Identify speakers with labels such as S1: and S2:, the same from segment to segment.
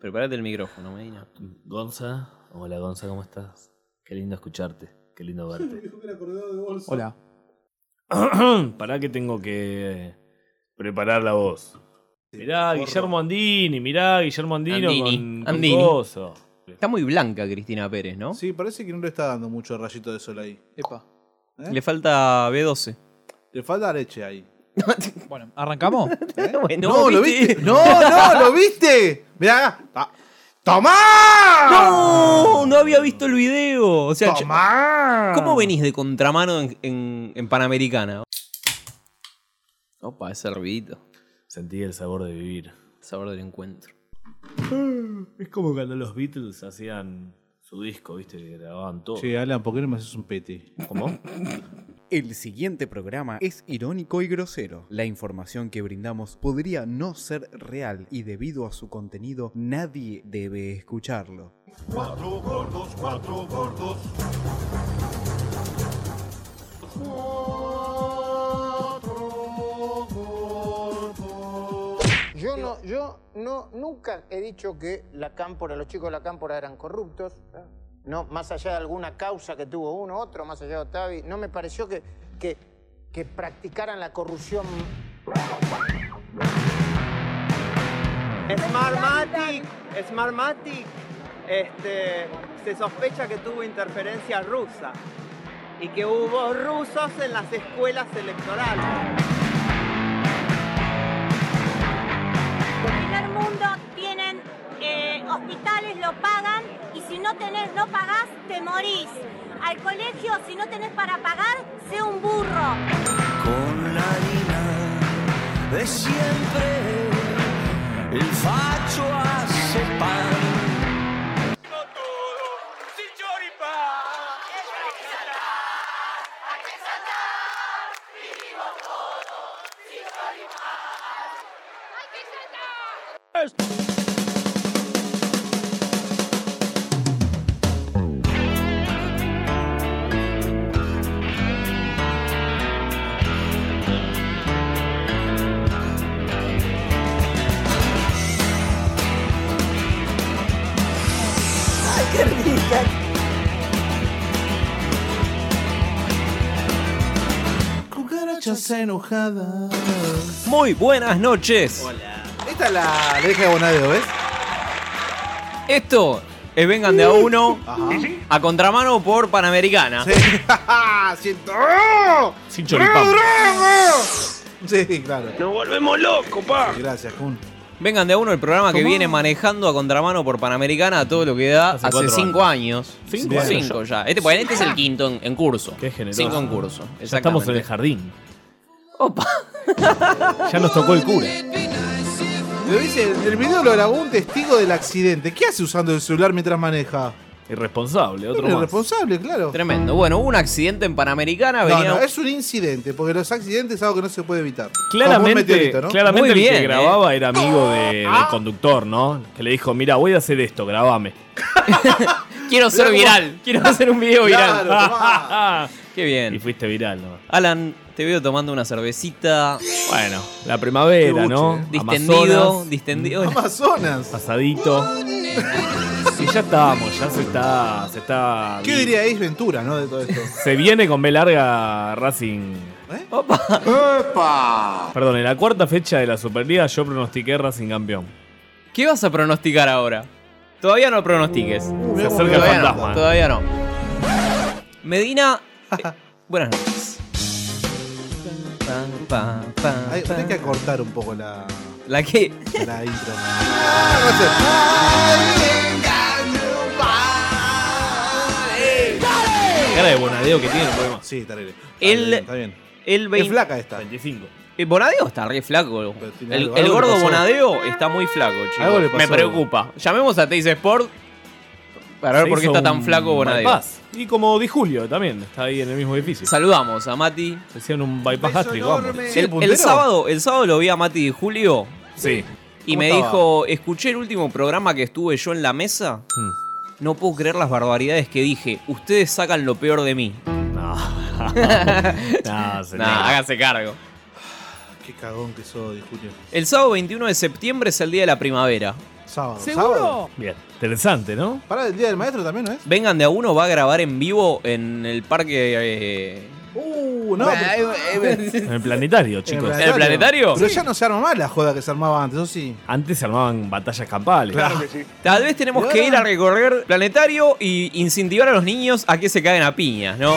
S1: Prepárate el micrófono, Medina.
S2: Gonza, hola Gonza, ¿cómo estás? Qué lindo escucharte, qué lindo verte.
S3: Dijo que era corredor de bolsa.
S4: Hola.
S2: Pará que tengo que preparar la voz. Mirá,
S3: Porro.
S2: Guillermo Andini, mirá, Guillermo Andino
S1: Andini,
S2: con, con
S1: Andini.
S2: coso.
S1: Está muy blanca Cristina Pérez, ¿no?
S3: Sí, parece que no le está dando mucho ¿eh? rayito de sol ahí.
S4: Epa.
S3: ¿eh?
S1: Le falta B12.
S3: Le falta leche ahí. ¿Eh?
S4: Bueno, ¿arrancamos?
S1: Bueno,
S3: no, lo
S1: ¿viste?
S3: viste. No, no, lo viste. Mirá. Ah, Ta- ¡Tomá!
S1: ¡No! No había visto el video. O sea, yo-
S3: ¡Tomá!
S1: ¿cómo venís de contramano en, en- en Panamericana? Opa, ese ruidito.
S2: Sentí el sabor de vivir.
S1: Sabor del encuentro.
S2: Es como cuando los Beatles hacían su disco, viste, que grababan todo.
S3: Che, Alan, ¿por qué no me haces un peti?
S2: ¿Cómo?
S5: El siguiente programa es irónico y grosero. La información que brindamos podría no ser real y debido a su contenido nadie debe escucharlo.
S6: Yo no, yo no, nunca he dicho que la cámpora, los chicos de la cámpora eran corruptos. ¿eh? No, más allá de alguna causa que tuvo uno, otro, más allá de Otavi, no me pareció que, que, que practicaran la corrupción.
S7: Smartmatic, Smartmatic, este, se sospecha que tuvo interferencia rusa y que hubo rusos en las escuelas electorales.
S8: primer mundo tienen eh, hospitales, lo pagan y si no tenés, no pagás, te morís. Al colegio, si no tenés para pagar, sé un burro.
S9: con la harina de siempre. El facho hace pan.
S3: Cucarachas enojadas.
S1: Muy buenas noches.
S3: Esta es la deja de Bonadeo, ¿ves?
S1: Esto es Vengan de a uno
S3: Ajá.
S1: a contramano por Panamericana.
S3: Sí. Siento. ¡Oh!
S2: Sin choripán.
S3: Sí, claro.
S7: Nos volvemos locos, pa.
S3: Gracias, Kun.
S1: Vengan de a uno el programa que viene manejando a contramano por Panamericana a todo lo que da
S2: Hace
S1: hace,
S2: cuatro
S1: cinco años.
S2: Cinco
S1: Cinco,
S2: años
S1: ya. Este, bueno, este es el quinto en, en curso.
S2: Qué generoso.
S1: Cinco en curso.
S2: Ya estamos
S1: exactamente.
S2: en el jardín.
S1: Opa.
S2: Ya nos tocó el cura.
S3: Lo dice, el video lo grabó un testigo del accidente. ¿Qué hace usando el celular mientras maneja?
S2: Irresponsable, otro
S3: Un
S2: más.
S3: irresponsable, claro.
S1: Tremendo. Bueno, hubo un accidente en Panamericana.
S3: No,
S1: venía-
S3: no, es un incidente, porque los accidentes es algo que no se puede evitar.
S2: Ah,
S3: Como un
S2: Claramente,
S3: meteorito, ¿no?
S2: claramente
S1: Muy
S2: el
S1: bien,
S2: que
S1: eh. Ah.
S2: grababa era amigo de- del conductor, ¿no? Que le dijo, mira, voy a hacer esto, grabame.
S1: Quiero ser
S3: Mirá cómo-
S1: viral. Quiero hacer un video
S3: Claro,
S1: viral.
S3: tomá.
S1: Qué
S2: y
S1: bien.
S2: fuiste viral, ¿no?
S1: Alan, te veo tomando una cervecita.
S2: Bueno, la primavera,
S3: Qué
S2: ¿no?
S3: buche,
S1: Distendido.
S2: Amazonas,
S1: Distendido.
S3: Amazonas.
S2: pasadito. Y ya estábamos, ya se está. Se está.
S3: ¿Qué diría Ace Ventura, no? De todo esto.
S2: Se viene con B larga Racing.
S3: ¿Eh?
S1: Opa.
S2: Perdón, en la cuarta fecha de la Superliga yo pronostiqué Racing campeón.
S1: ¿Qué vas a pronosticar ahora? Todavía no
S3: Mm,
S1: pronostiques.
S2: Se acerca el
S1: Todavía
S2: fantasma.
S1: no, todavía no. Medina. eh, buenas noches. Pan, pan, pan,
S3: Hay, tenés que
S1: pan.
S3: acortar un poco la,
S1: La que.
S3: la intro.
S2: La cara de Bonadeo que tiene el problema.
S3: Sí, está bien. Está
S1: El-
S3: bien, está bien.
S1: El
S3: Es
S1: 20.
S3: flaca esta.
S2: 25.
S1: Eh, Bonadeo está re flaco.
S3: Pero tiene
S1: El,
S3: algo-
S1: el
S3: algo le
S1: gordo
S3: pasó.
S1: Bonadeo está muy flaco,
S3: Algo le
S1: chicos. Me
S3: pasó.
S1: preocupa. Llamemos a Teis Sport para ver
S2: Se
S1: por qué
S2: hizo
S1: está tan
S2: un
S1: flaco Bonadeo.
S2: bypass. Y como Di Julio también, está ahí en el mismo edificio.
S1: Saludamos a Mati.
S2: Se hacían un bypass hat-trick, vamos.
S3: enorme. Sí,
S1: El,
S3: el
S1: el
S3: puntero.
S1: sábado, el sábado lo vi a Mati y Julio
S2: Sí.
S1: y
S3: ¿Cómo
S1: me
S3: estaba?
S1: dijo, escuché el último programa que estuve yo en la mesa.
S2: Hmm.
S1: No puedo creer las barbaridades que dije. Ustedes sacan lo peor de mí.
S2: No. no,
S1: Nah,
S2: señor.
S1: hágase cargo.
S3: Ah, Qué cagón que soy, Julio.
S1: El sábado 21 de septiembre es el día de la primavera.
S3: Sábado. sábado.
S10: ¿Seguro?
S2: Bien. Interesante, ¿no?
S3: Pará, el día del maestro también, ¿no es?
S1: Vengan de a uno, va a grabar en vivo en el parque. eh,
S3: Uh, no. pero-
S2: En el planetario, chicos.
S1: ¿El planetario?
S3: Pero
S1: Sí.
S3: ya no se arma más la joda que se armaba antes, eso sí.
S2: Antes se armaban batallas campales.
S1: Tal vez tenemos que ir a recorrer planetario y incentivar a los niños a que se caguen a piñas, ¿no?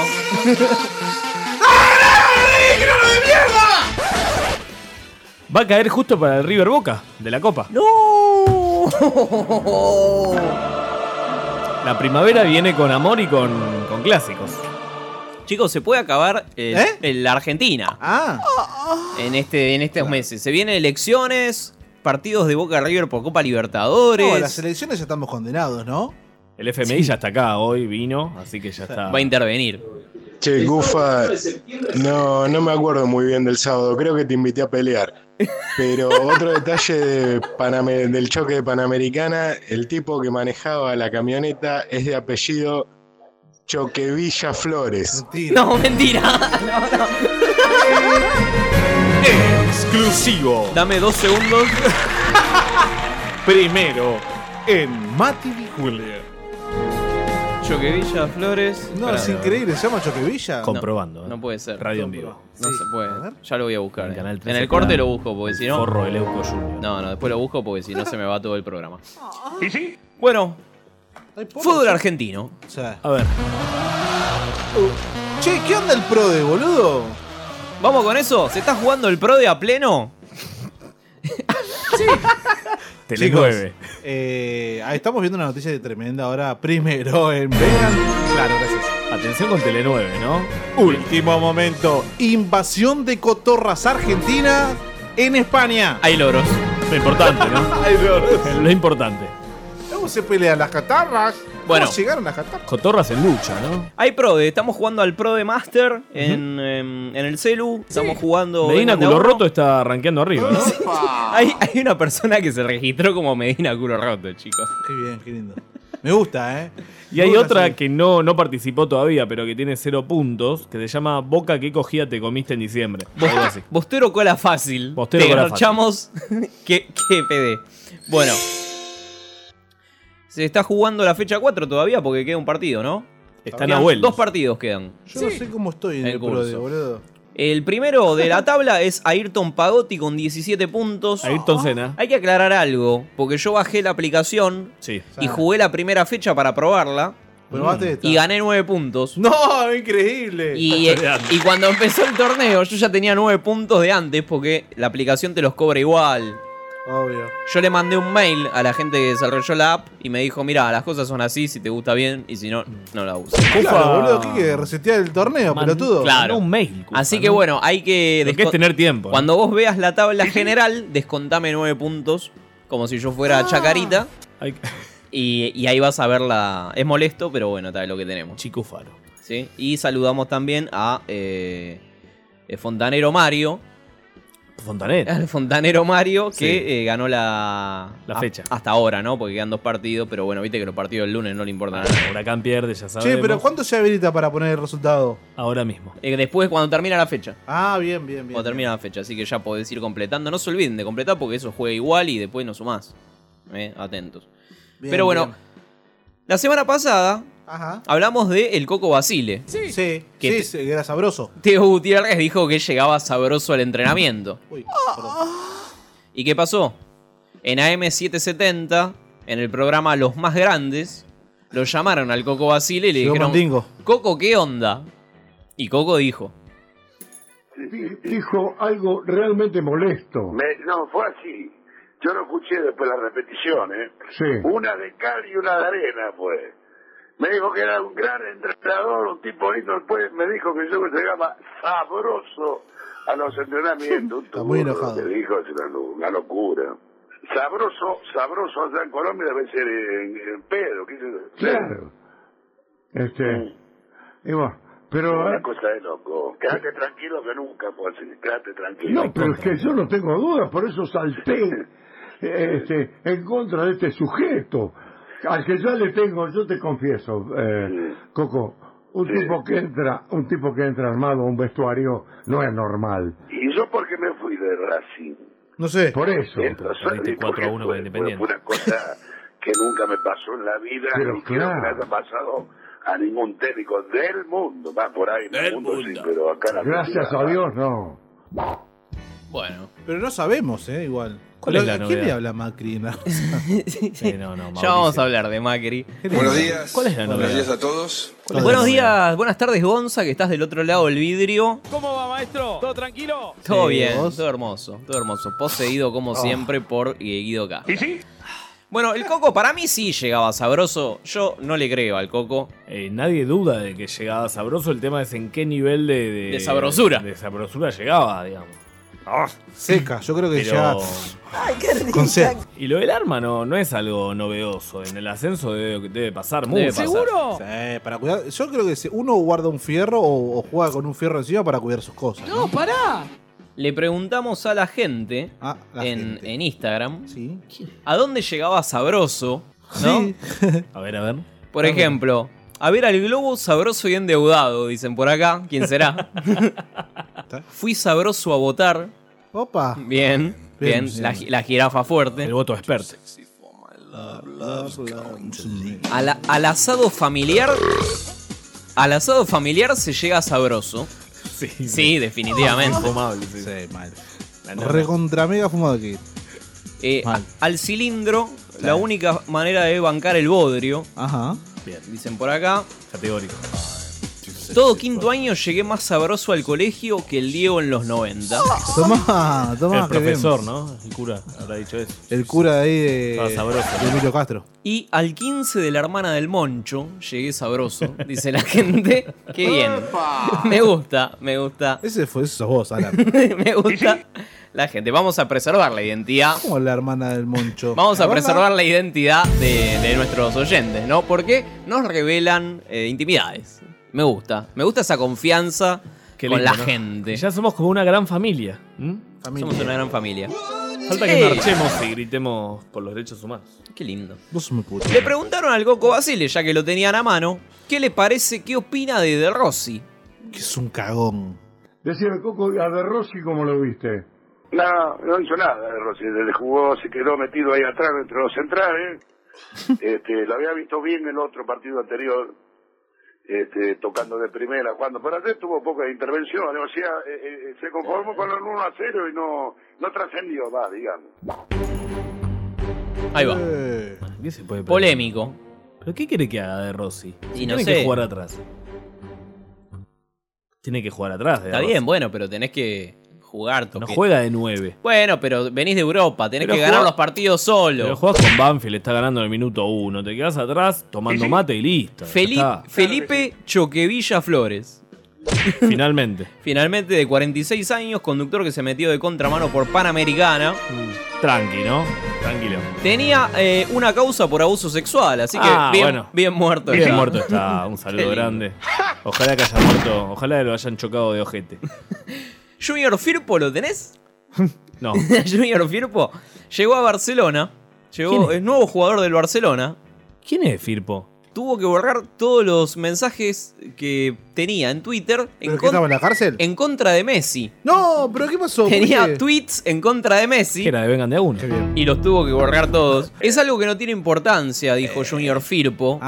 S2: Va a caer justo para el River Boca de la Copa.
S9: Oh.
S2: La primavera viene con amor y con, con clásicos.
S1: Chicos, se puede acabar eh,
S3: ¿Eh?
S1: el- la Argentina
S3: Ah,
S1: en, este, en estos meses. Se vienen elecciones, partidos de Boca River por Copa Libertadores.
S3: no, las elecciones ya estamos condenados, ¿no?
S2: El FMI ya está acá hoy, vino, así que ya está.
S1: Va a intervenir.
S11: Che, Gufa, no, no me acuerdo muy bien del sábado, creo que te invité a pelear. Pero otro detalle de Paname- del choque de Panamericana, el tipo que manejaba la camioneta es de apellido Choquevilla Flores.
S3: Mentira.
S1: No, mentira.
S2: Exclusivo.
S1: Dame dos segundos.
S2: Primero.
S3: En Mati Julia.
S1: Choquevilla Flores.
S3: No,
S1: Pará,
S3: es increíble, se llama Choquevilla.
S2: Com- Comprobando, eh.
S1: No puede ser.
S2: Radio en vivo.
S1: No
S3: Sí.
S1: se
S3: A ver.
S1: puede. Ya lo voy a buscar.
S2: En
S1: eh.
S2: Canal
S1: En
S2: 13
S1: el corte
S2: te dan
S1: lo busco, porque si no.
S2: Forro de Leuco Junior.
S1: No, no, después lo busco porque si no se me va todo el programa. Bueno, fútbol argentino.
S3: O sea, Uh,
S2: A ver,
S3: Che, ¿qué onda el PRODE, boludo?
S1: ¿Vamos con eso? ¿Se está jugando el PRODE a pleno?
S2: Tele
S3: Chicos,
S2: 9.
S3: eh, ah, estamos viendo una noticia de tremenda ahora. Primero en Vean. Claro, gracias.
S2: Atención con Tele 9, ¿no?
S3: Último momento. Invasión de cotorras argentinas en España.
S1: Hay loros.
S2: Lo importante, ¿no? Lo importante.
S3: ¿Cómo se pelean las catarras?
S1: Bueno.
S3: ¿Cómo llegaron las catarras?
S2: Cotorras en lucha, ¿no?
S1: Hay PRODE. Estamos jugando al PRODE Master en, em, en el celu. Estamos jugando...
S2: Medina
S1: vengan de a
S2: culo
S1: uno.
S2: roto está rankeando arriba, ¿no?
S1: Hay, hay una persona que se registró como Medina culo roto, chicos.
S3: Qué bien, qué lindo. Me gusta, ¿eh?
S2: Y
S3: Me
S2: hay
S3: gusta
S2: otra
S3: así.
S2: que no, no participó todavía, pero que tiene cero puntos, que se llama Boca que cogía te comiste en diciembre. Algo así.
S1: Bostero cola fácil.
S2: Bostero
S1: Te
S2: cola
S1: garchamos. ¿Qué, qué PD. Bueno. Se está jugando la fecha 4 todavía porque queda un partido, ¿no?
S2: Está
S1: Quedan
S2: Nahuel.
S1: Dos partidos quedan.
S3: Yo no sé cómo estoy en
S1: El
S3: el, PRODE,
S1: curso.
S3: boludo.
S1: El primero de la tabla es Ayrton Pagotti con 17 puntos.
S2: Ayrton Senna.
S1: Hay que aclarar algo, porque yo bajé la aplicación
S2: Sí.
S1: y jugué la primera fecha para probarla
S3: Bueno, basta de esta.
S1: y gané 9 puntos.
S3: No, increíble.
S1: Y, eh, y cuando empezó el torneo yo ya tenía 9 puntos de antes porque la aplicación te los cobra igual.
S3: Obvio.
S1: Yo le mandé un mail a la gente que desarrolló la app y me dijo, mira, las cosas son así, si te gusta bien y si no, no la uses.
S2: Ufa.
S3: Claro, boludo, ¿qué quiere? ¿Resetear el torneo,
S2: Man-
S3: pelotudo?
S1: Claro.
S2: Mandó un mail. Cufa,
S1: Así que
S2: ¿no?
S1: bueno, hay que...
S2: Lo que es
S1: desco-
S2: tener tiempo. ¿no?
S1: Cuando vos veas la tabla general, descontame 9 puntos, como si yo
S2: Ah.
S1: fuera Chacarita.
S2: Ay,
S1: Y, y ahí vas a verla. Es molesto, pero bueno, tal es lo que tenemos.
S2: Chico Faro.
S1: ¿sí? Y saludamos también a eh, eh, Fontanero Mario.
S2: Fontanet.
S1: Al Fontanero Mario que
S2: Sí.
S1: eh, ganó la,
S2: La
S1: a-
S2: fecha.
S1: hasta ahora, ¿no? Porque quedan dos partidos, pero bueno, viste que los partidos del lunes no le importan nada.
S2: Ah, Huracán pierde, ya sabemos.
S3: Che, pero ¿cuánto se habilita para poner el resultado?
S2: Ahora mismo.
S1: Eh, después, cuando termina la fecha.
S3: Ah, bien, bien, bien.
S1: Cuando termina la fecha, así que ya podés ir completando. No se olviden de completar porque eso juega igual y después no sumás. ¿eh? Atentos.
S3: Bien,
S1: pero bueno,
S3: bien.
S1: la semana pasada
S3: Ajá.
S1: hablamos de el Coco Basile.
S3: Sí, sí,
S1: Que te-
S3: sí, que era sabroso.
S1: Teo Gutiérrez dijo que llegaba sabroso al entrenamiento.
S3: Uy,
S1: Ah. ¿Y qué pasó? En AM770, en el programa Los Más Grandes, lo llamaron al Coco Basile y le
S3: Llegó
S1: dijeron:
S3: Mandingo.
S1: Coco, ¿qué onda? Y Coco dijo:
S11: Dijo algo realmente molesto.
S12: Me- no, fue así. Yo no escuché después la repetición, ¿eh?
S11: Sí.
S12: Una de cal y una de arena, pues. Me dijo que era un gran entrenador, un tipo lindo. Después me dijo que yo me llegaba sabroso a los entrenamientos. Un
S3: Está muy
S12: turno,
S3: enojado.
S12: lo que dijo es una, lo- una locura. Sabroso, sabroso allá en Colombia debe ser en, en pedo. ¿qué sé yo.
S11: Claro. Este, y bueno, pero,
S12: Una cosa de loco. Quédate tranquilo que nunca, pues. Quédate tranquilo.
S11: no, pero es que yo no tengo dudas, por eso salté eh, este, en contra de este sujeto, al que yo le tengo, yo te confieso, eh, Coco, un tipo que entra, un tipo que entra armado a un vestuario no es normal.
S12: Y yo porque me fui de de Racing.
S13: No sé.
S12: Por eso. Entonces,
S2: 24 a 1 con Independiente.
S12: Fue una cosa que nunca me pasó en la vida
S2: Pero
S12: y creo que
S2: claro.
S12: no haya pasado a ningún técnico del mundo. Va por ahí, del mundo, sí, pero acá en Argentina
S14: Gracias a Dios, no.
S1: Bueno.
S13: Pero no sabemos, ¿eh? Igual.
S2: ¿Cuál es
S13: Pero,
S2: la
S13: ¿a ¿Quién
S2: novedad?
S13: le habla Macri en la
S2: Sí, no, no,
S1: Ya vamos a hablar de Macri.
S3: Buenos días.
S2: ¿Cuál es la
S3: Buenos
S2: novedad?
S3: días a todos.
S1: Buenos días, buenas tardes Gonza, que estás del otro lado del vidrio.
S15: ¿Cómo va, maestro? ¿Todo tranquilo?
S1: Todo
S15: Sí,
S1: bien,
S15: ¿vos?
S1: todo hermoso, todo hermoso. Poseído como
S15: Ah.
S1: siempre por eh, Guido K. ¿Y sí? Bueno, el Coco para mí sí llegaba sabroso. Yo no le creo al Coco.
S2: Eh, nadie duda de que llegaba sabroso. El tema es en qué nivel de. De,
S1: De sabrosura.
S2: De sabrosura llegaba, digamos.
S13: Ah, Seca, yo creo que
S2: Pero-
S13: ya. Con sed.
S2: Y lo del arma no, no es algo novedoso. En el ascenso debe, debe pasar mucho.
S13: Sí, para cuidar. Yo creo que se- uno guarda un fierro o, o juega con un fierro encima para cuidar sus cosas.
S1: No, pará. Le preguntamos a la gente, en, en Instagram a dónde llegaba sabroso, ¿no?
S2: a ver, a ver.
S1: Por ejemplo, a ver al globo sabroso y endeudado, dicen por acá. ¿Quién será? Fui sabroso a votar.
S13: Opa.
S1: Bien, bien.
S13: Bien, sí.
S1: La, gi- la jirafa fuerte. El
S2: voto experto.
S1: Al, al asado familiar. Al asado familiar se llega sabroso.
S2: Sí,
S1: definitivamente.
S2: sí.
S13: mal. Recontra mega fumado que.
S1: Eh, a- al cilindro, la única manera de bancar el bodrio.
S13: Ajá.
S2: Bien.
S1: Dicen por acá.
S2: Categórico.
S1: Todo quinto año llegué más sabroso al colegio que el Diego en los 90.
S13: Tomá, tomá.
S2: El
S13: qué bien.
S2: profesor, ¿no? El cura habrá dicho eso.
S13: El cura de ahí de.
S2: Estaba sabroso.
S13: de Emilio Castro.
S1: Eh, Y al 15 de la hermana del Moncho, llegué sabroso, dice la gente. Qué bien. Me gusta, me gusta,
S13: Ese fue, ese sos vos, Alan.
S1: me gusta la gente. Vamos a preservar la identidad.
S13: Como la hermana del Moncho.
S1: Vamos a
S13: ¿La
S1: preservar la identidad de, de nuestros oyentes, ¿no? Porque nos revelan eh, intimidades. Me gusta, me gusta esa confianza
S2: Qué
S1: con
S2: lindo,
S1: la
S2: ¿no?
S1: gente.
S2: Ya somos como una gran familia. ¿m?
S1: Somos una gran familia.
S2: Falta
S1: Sí.
S2: que marchemos y gritemos por los derechos humanos.
S1: Qué lindo.
S13: Vos sos muy puto.
S1: Le preguntaron al Coco Basile, ya que lo tenían a mano, ¿qué le parece, qué opina de De Rossi?
S13: Que es un cagón.
S14: Decía el Coco a De Rossi como lo viste.
S12: No, no hizo nada de Rossi, le jugó, se quedó metido ahí atrás entre los centrales. Este, lo había visto bien el otro partido anterior, este, tocando de primera, cuando pero antes tuvo pocas intervenciones, o sea, eh, eh, se conformó con el 1 a 0 y no, no trascendió más, digamos.
S1: Ahí va.
S13: Eh.
S2: ¿Qué se puede pedir?
S1: Polémico.
S2: ¿Pero qué quiere que haga de Rossi?
S1: Y
S2: Si
S1: no
S2: tiene
S1: sé.
S2: que jugar atrás. Tiene que jugar atrás. De
S1: Está
S2: Rossi.
S1: bien, bueno, pero tenés que jugar.
S2: No
S1: toque-
S2: juega de nueve.
S1: Bueno, pero venís de Europa, tenés
S2: Pero
S1: que ganar
S2: jugá-
S1: los partidos solo.
S2: Pero jugás con Banfield, está ganando en el minuto uno. Te quedas atrás tomando mate y listo. ya
S1: Feli-
S2: está.
S1: Felipe Choquevilla Flores.
S2: Finalmente.
S1: Finalmente, de 46 años, conductor que se metió de contramano por Panamericana.
S2: Mm. Tranqui, ¿no? Tranquilo.
S1: Tenía eh, una causa por abuso sexual, así que
S2: Ah,
S1: bien,
S2: bueno.
S1: bien muerto.
S2: Bien
S1: está.
S2: muerto está. Un saludo
S1: lindo.
S2: grande. Ojalá que haya muerto. Ojalá lo hayan chocado de ojete.
S1: Junior Firpo, ¿lo tenés?
S2: No.
S1: Junior Firpo llegó a Barcelona. Llegó,
S2: ¿Quién
S1: es? nuevo jugador del Barcelona.
S2: ¿Quién es Firpo?
S1: Tuvo que borrar todos los mensajes que tenía en Twitter. En
S13: qué estaba en la cárcel?
S1: En contra de Messi.
S13: No, pero ¿qué pasó?
S1: Tenía
S13: ¿Por qué?
S1: tweets en contra de Messi.
S2: Que era de vengan de a uno.
S1: Y los tuvo que borrar todos. Es algo que no tiene importancia,
S13: Eh,
S1: dijo Junior Firpo.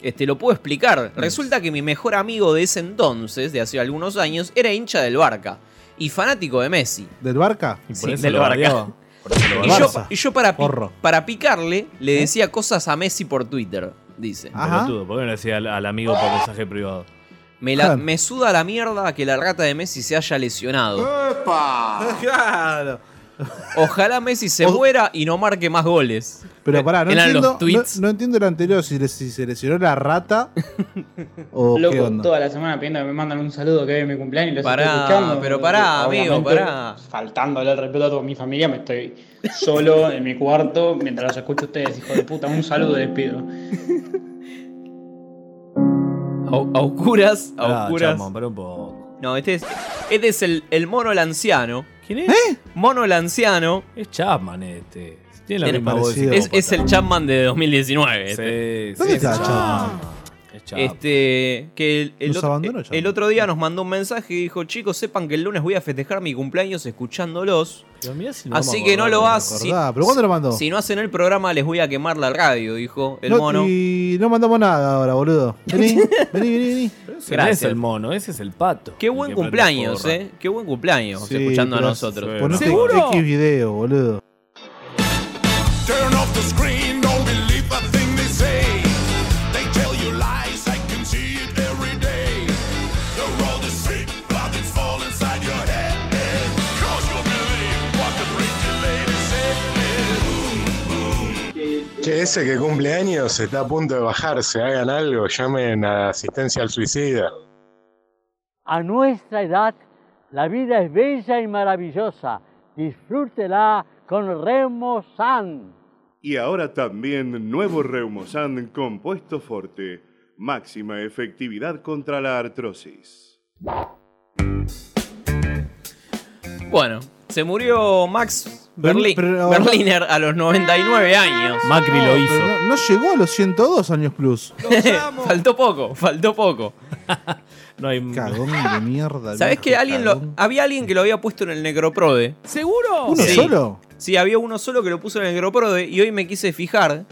S1: Este, lo puedo
S13: Mm.
S1: explicar. Resulta que mi mejor amigo de ese entonces, de hace algunos años, era hincha del Barca y fanático de Messi.
S13: ¿Del Barca?
S1: por Sí, eso del lo Barca. bardeaba. Y yo,
S13: Barça.
S1: y yo para, pi-
S13: Porro.
S1: para picarle
S2: ¿Eh?
S1: le decía cosas a Messi por Twitter, dice.
S2: Pelotudo, ¿Por qué no le decía al, al amigo por mensaje privado?
S1: Me, la- me suda la mierda que la rata de Messi se haya lesionado.
S13: Ah. Claro.
S1: Ojalá Messi se muera y no marque más goles.
S13: Pero pará, no
S1: Eran
S13: entiendo,
S1: los tweets.
S13: no, no entiendo el anterior, si, le- si se lesionó la rata o qué
S16: Loco,
S13: onda.
S16: toda la semana pidiendo que me mandan un saludo que hoy es mi cumpleaños y los
S1: Pará,
S16: estoy escuchando.
S1: pero pará,
S16: Obviamente,
S1: amigo, pará.
S16: Faltándole el respeto a toda mi familia, me estoy solo en mi cuarto mientras los escucho a ustedes, hijo de puta. Un saludo les pido.
S1: A, a oscuras, a
S2: Pará,
S1: oscuras.
S2: chamo, pará Ah, un poco.
S1: No, este es, este es el, el mono el anciano.
S2: ¿Quién es? ¿Eh?
S1: Mono el anciano.
S2: Es Chapman este. Tiene la
S1: Tiene
S2: misma voz. de
S1: parecido. Es-
S2: psicópata.
S1: es el Chapman de 2019.
S2: Sí,
S1: este.
S2: sí,
S1: ¿Dónde
S2: es el
S1: está
S2: Chapman. Chapa.
S1: Este, que el, el
S3: Nos
S1: otro,
S3: abandonó,
S1: eh,
S3: Chapa.
S1: el otro día nos mandó un mensaje y dijo, chicos, sepan que el lunes voy a festejar mi cumpleaños escuchándolos.
S2: Pero mirá si nos vamos
S1: Así
S2: a
S1: que no
S2: acordar,
S1: lo
S2: no
S1: hagas.
S2: nos
S1: Si,
S3: acordaba. ¿Pero cuándo lo mandó?
S1: si no hacen el programa les voy a quemar la radio, dijo el
S3: No,
S1: mono.
S3: Y no mandamos nada ahora, boludo. Vení, vení, vení, vení.
S2: Ese no es el mono, ese es el pato.
S1: Qué buen
S2: que
S1: cumpleaños,
S2: prende
S1: eh. Qué buen cumpleaños
S3: Sí,
S1: escuchando a
S3: pero
S1: nosotros.
S3: Ponete
S1: ¿Seguro?
S3: X video, boludo.
S17: Turn off the screen, don't believe a thing they say. They tell you lies, I can see it every day. The world is sick, blood is fall inside your head. Cause you believe what the preacher lady said.
S11: Che, ese que cumple años está a punto de bajarse, hagan algo, llamen a asistencia al suicida.
S18: A nuestra edad, la vida es bella y maravillosa. Disfrútela con Remo San.
S19: Y ahora también nuevo Reumosan compuesto forte. Máxima efectividad contra la artrosis.
S1: Bueno, se murió Max
S3: Pero-
S1: Berli-
S3: pero-
S1: Berliner a los 99 años.
S2: Macri
S3: Ah. No, pero No, no llegó a los 102 años plus.
S1: faltó poco, faltó poco.
S2: no hay
S3: Cagón de mierda.
S1: ¿Sabés
S3: viejo,
S1: que alguien lo, había alguien que lo había puesto en el Necroprode?
S15: ¿Seguro?
S3: ¿Uno
S1: Oh, Sí.
S3: solo?
S1: Sí, había uno solo que lo puso en el Necroprode y hoy me quise fijar.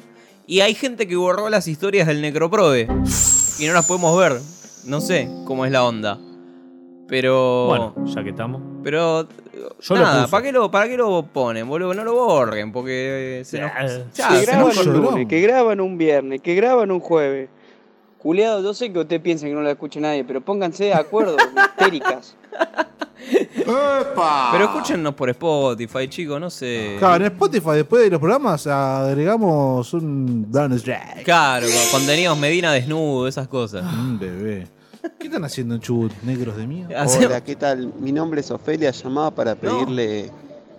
S1: Y hay gente que borró las historias del Necroprode. Y no las podemos ver. No sé cómo es la onda. Pero.
S2: Bueno, ya que estamos.
S1: Pero.
S2: Yo lo
S1: nada,
S2: puse.
S1: ¿para qué, lo, ¿para qué lo ponen, boludo? No lo borren, porque eh, se nos.
S2: Eh,
S1: Ya,
S20: que
S1: se
S20: graban
S1: nos-
S20: un lunes, que graban un viernes, que graban un jueves. Culeado, yo sé que usted piensa que no la escucha nadie, pero pónganse de acuerdo, histéricas.
S1: Pero escúchennos por Spotify, chicos, no sé.
S3: Claro, en Spotify, después de los programas, agregamos un bonus track.
S1: Claro, con contenidos Medina desnudo, esas cosas.
S3: bebé. ¿Qué están haciendo en Chubut? ¿Negros de mierda?
S20: Hola, ¿qué tal? Mi nombre es Ofelia, llamaba para pedirle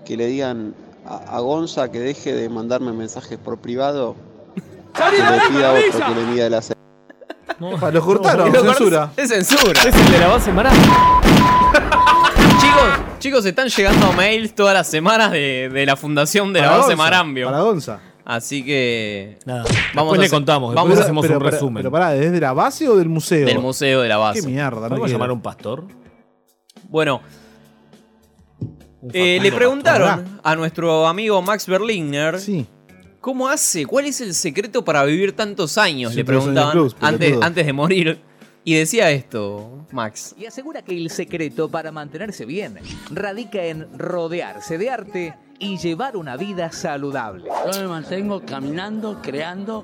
S20: que le digan a, a Gonza que deje de mandarme mensajes por privado. Que le pida a otro que le mida la ce-
S3: Ah, Lo cortaron,
S1: Lo
S3: censura.
S1: cortaron, Es censura.
S2: Es el de la base Mará.
S1: Chicos, chicos, están llegando mails todas las semanas de, de la fundación de la
S3: Para
S1: base
S3: Gonza,
S1: Marambio.
S3: Para Gonza.
S1: Así que.
S2: Nada.
S1: Vamos
S2: Después le
S1: hacer-
S2: contamos,
S1: vamos
S2: después
S1: a-
S2: hacemos
S3: Pero
S2: un
S3: pará,
S2: resumen.
S3: Pero pará, ¿desde la base o del museo?
S1: Del museo de la base.
S3: Qué mierda, no
S2: ¿Podemos
S3: quiero.
S2: llamar a un pastor?
S1: Bueno. Eh, le
S2: Facundo
S1: preguntaron a nuestro amigo Max Berliner. ¿Cómo hace? ¿Cuál es el secreto para vivir tantos años? Le
S3: 102 años
S1: preguntaban
S3: plus, pelotudo.
S1: antes, antes de morir. Y decía esto, Max.
S9: Y asegura que el secreto para mantenerse bien radica en rodearse de arte y llevar una vida saludable.
S21: Yo me mantengo caminando, creando,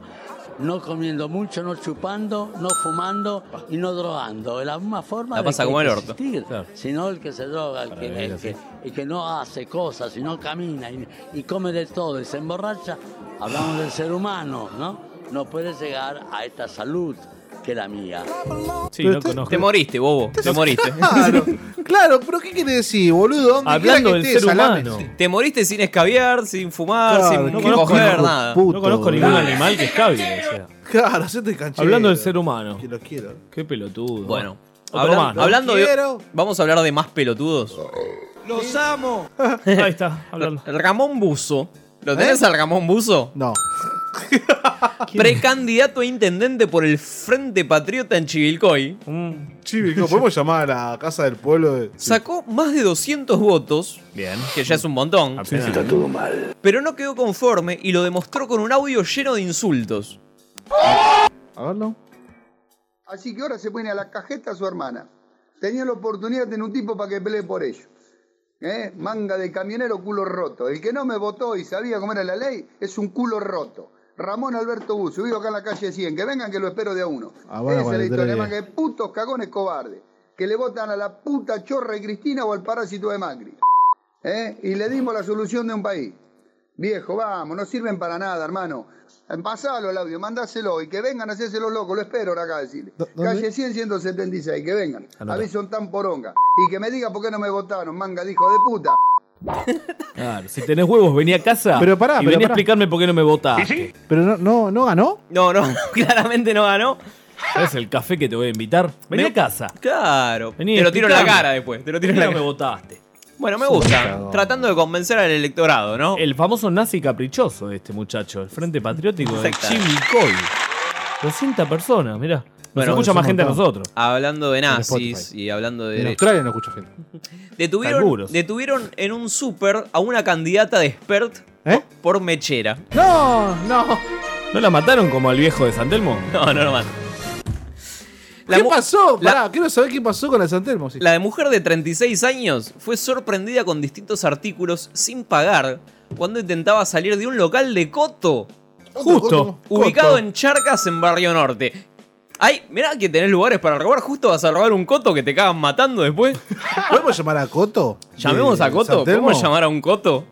S21: no comiendo mucho, no chupando, no fumando y no drogando. De la misma forma
S1: La
S21: de
S1: pasa
S21: que
S1: como el
S21: hay que
S1: orto.
S21: existir. Si no, el que se droga, el que, el que- el que no hace cosas, si no camina y, y come de todo y se emborracha, hablamos del ser humano, ¿no? No puede llegar a esta salud que la mía.
S2: Sí,
S3: Pero
S2: no
S3: te-
S2: conozco.
S1: Te moriste, bobo. Te moriste.
S3: Claro, claro, pero ¿qué quiere decir, boludo? ¿Dónde
S1: Hablando
S3: quiera que
S1: del
S3: estés,
S1: ser
S3: salame?
S1: humano. Te moriste sin escabiar, sin fumar,
S3: Claro,
S1: sin
S3: no
S1: coger,
S3: conozco ningún
S1: nada.
S3: puto,
S2: No conozco ningún animal que escabie. o sea.
S3: Claro, hacete el canchero.
S2: Hablando del ser humano.
S3: Que los quiero.
S2: Qué pelotudo.
S1: Bueno,
S2: Otro
S1: hablan-
S2: más, ¿no?
S1: hablando de. Vamos a hablar de más pelotudos.
S15: ¡Los amo!
S2: Ahí está, hablando.
S1: El Ramón Buzo. ¿Lo tenés al Ramón Buzo?
S3: ¿Eh? No.
S1: Precandidato a intendente por el Frente Patriota en Chivilcoy.
S3: Chivico, ¿podemos llamar a la casa del pueblo? De...
S1: Sacó más de 200 votos.
S2: Bien.
S1: Que ya es un montón.
S3: Está
S1: todo mal. Pero no quedó conforme y lo demostró con un audio lleno de insultos.
S3: A verlo.
S22: Así que ahora se pone a la cajeta a su hermana. Tenía la oportunidad de tener un tipo para que pelee por ellos. ¿Eh? Manga de camionero, culo roto. El que no me votó y sabía cómo era la ley es un culo roto. Ramón Alberto Buzo, vivo acá en la calle 100. Que vengan que lo espero de a uno.
S3: Ah,
S22: Esa
S3: bueno,
S22: es
S3: bueno,
S22: la historia.
S3: tres
S22: Manga de putos cagones cobardes. Que le votan a la puta chorra de Cristina o al parásito de Macri. ¿Eh? Y le dimos la solución de un país. Viejo, vamos, no sirven para nada, hermano. Eh, Pasalo al audio, mandáselo y que vengan a hacerse los locos, lo espero ahora acá decirle. Calle 100, 176, que vengan.
S2: Anota.
S22: A mí son tan poronga. Y que me diga por qué no me votaron, manga de hijo de puta.
S2: Claro, si tenés huevos, vení a casa.
S3: Pero pará,
S2: y
S3: pero
S2: vení a
S3: pará.
S2: explicarme por qué no me votaste.
S3: Pero no, no, no ganó.
S1: No, no, claramente Ah, no ganó.
S2: ¿Sabes el café que te voy a invitar? Vení
S1: Me-
S2: a casa.
S1: Claro.
S2: Vení,
S1: te lo tiro en la
S2: explicame.
S1: cara después. Te lo tiro en
S2: ¿Por qué
S1: la
S2: no
S1: cara.
S2: me votaste?
S1: Bueno, me gusta. Tratando de convencer al electorado, ¿no?
S2: El famoso nazi caprichoso de este muchacho, el Frente Patriótico de
S1: Exacto.
S2: Chivilcoy. 200 personas, mirá. escucha más gente a nosotros.
S1: Hablando de
S2: En
S1: nazis
S2: Spotify.
S1: y hablando de
S2: En
S1: derechos.
S3: Australia no escucha gente.
S1: Detuvieron,
S2: Algunos.
S1: detuvieron en un súper a una candidata de expert por mechera.
S3: No, no.
S2: ¿No la mataron como al viejo de San Telmo?
S1: No, no lo matan.
S3: ¿Qué pasó? Pará, quiero saber qué pasó con la San Telmo. sí.
S1: La de mujer de 36 años fue sorprendida con distintos artículos sin pagar cuando intentaba salir de un local de Coto.
S2: Justo.
S1: Ubicado
S2: Coto.
S1: en Charcas, en Barrio Norte. Ay, mirá que tenés lugares para robar, justo vas a robar un coto que te cagan matando después.
S3: ¿Podemos llamar a Coto?
S1: ¿Llamemos
S3: ¿De
S1: a Coto?
S3: San Telmo?
S1: ¿Podemos llamar a un Coto?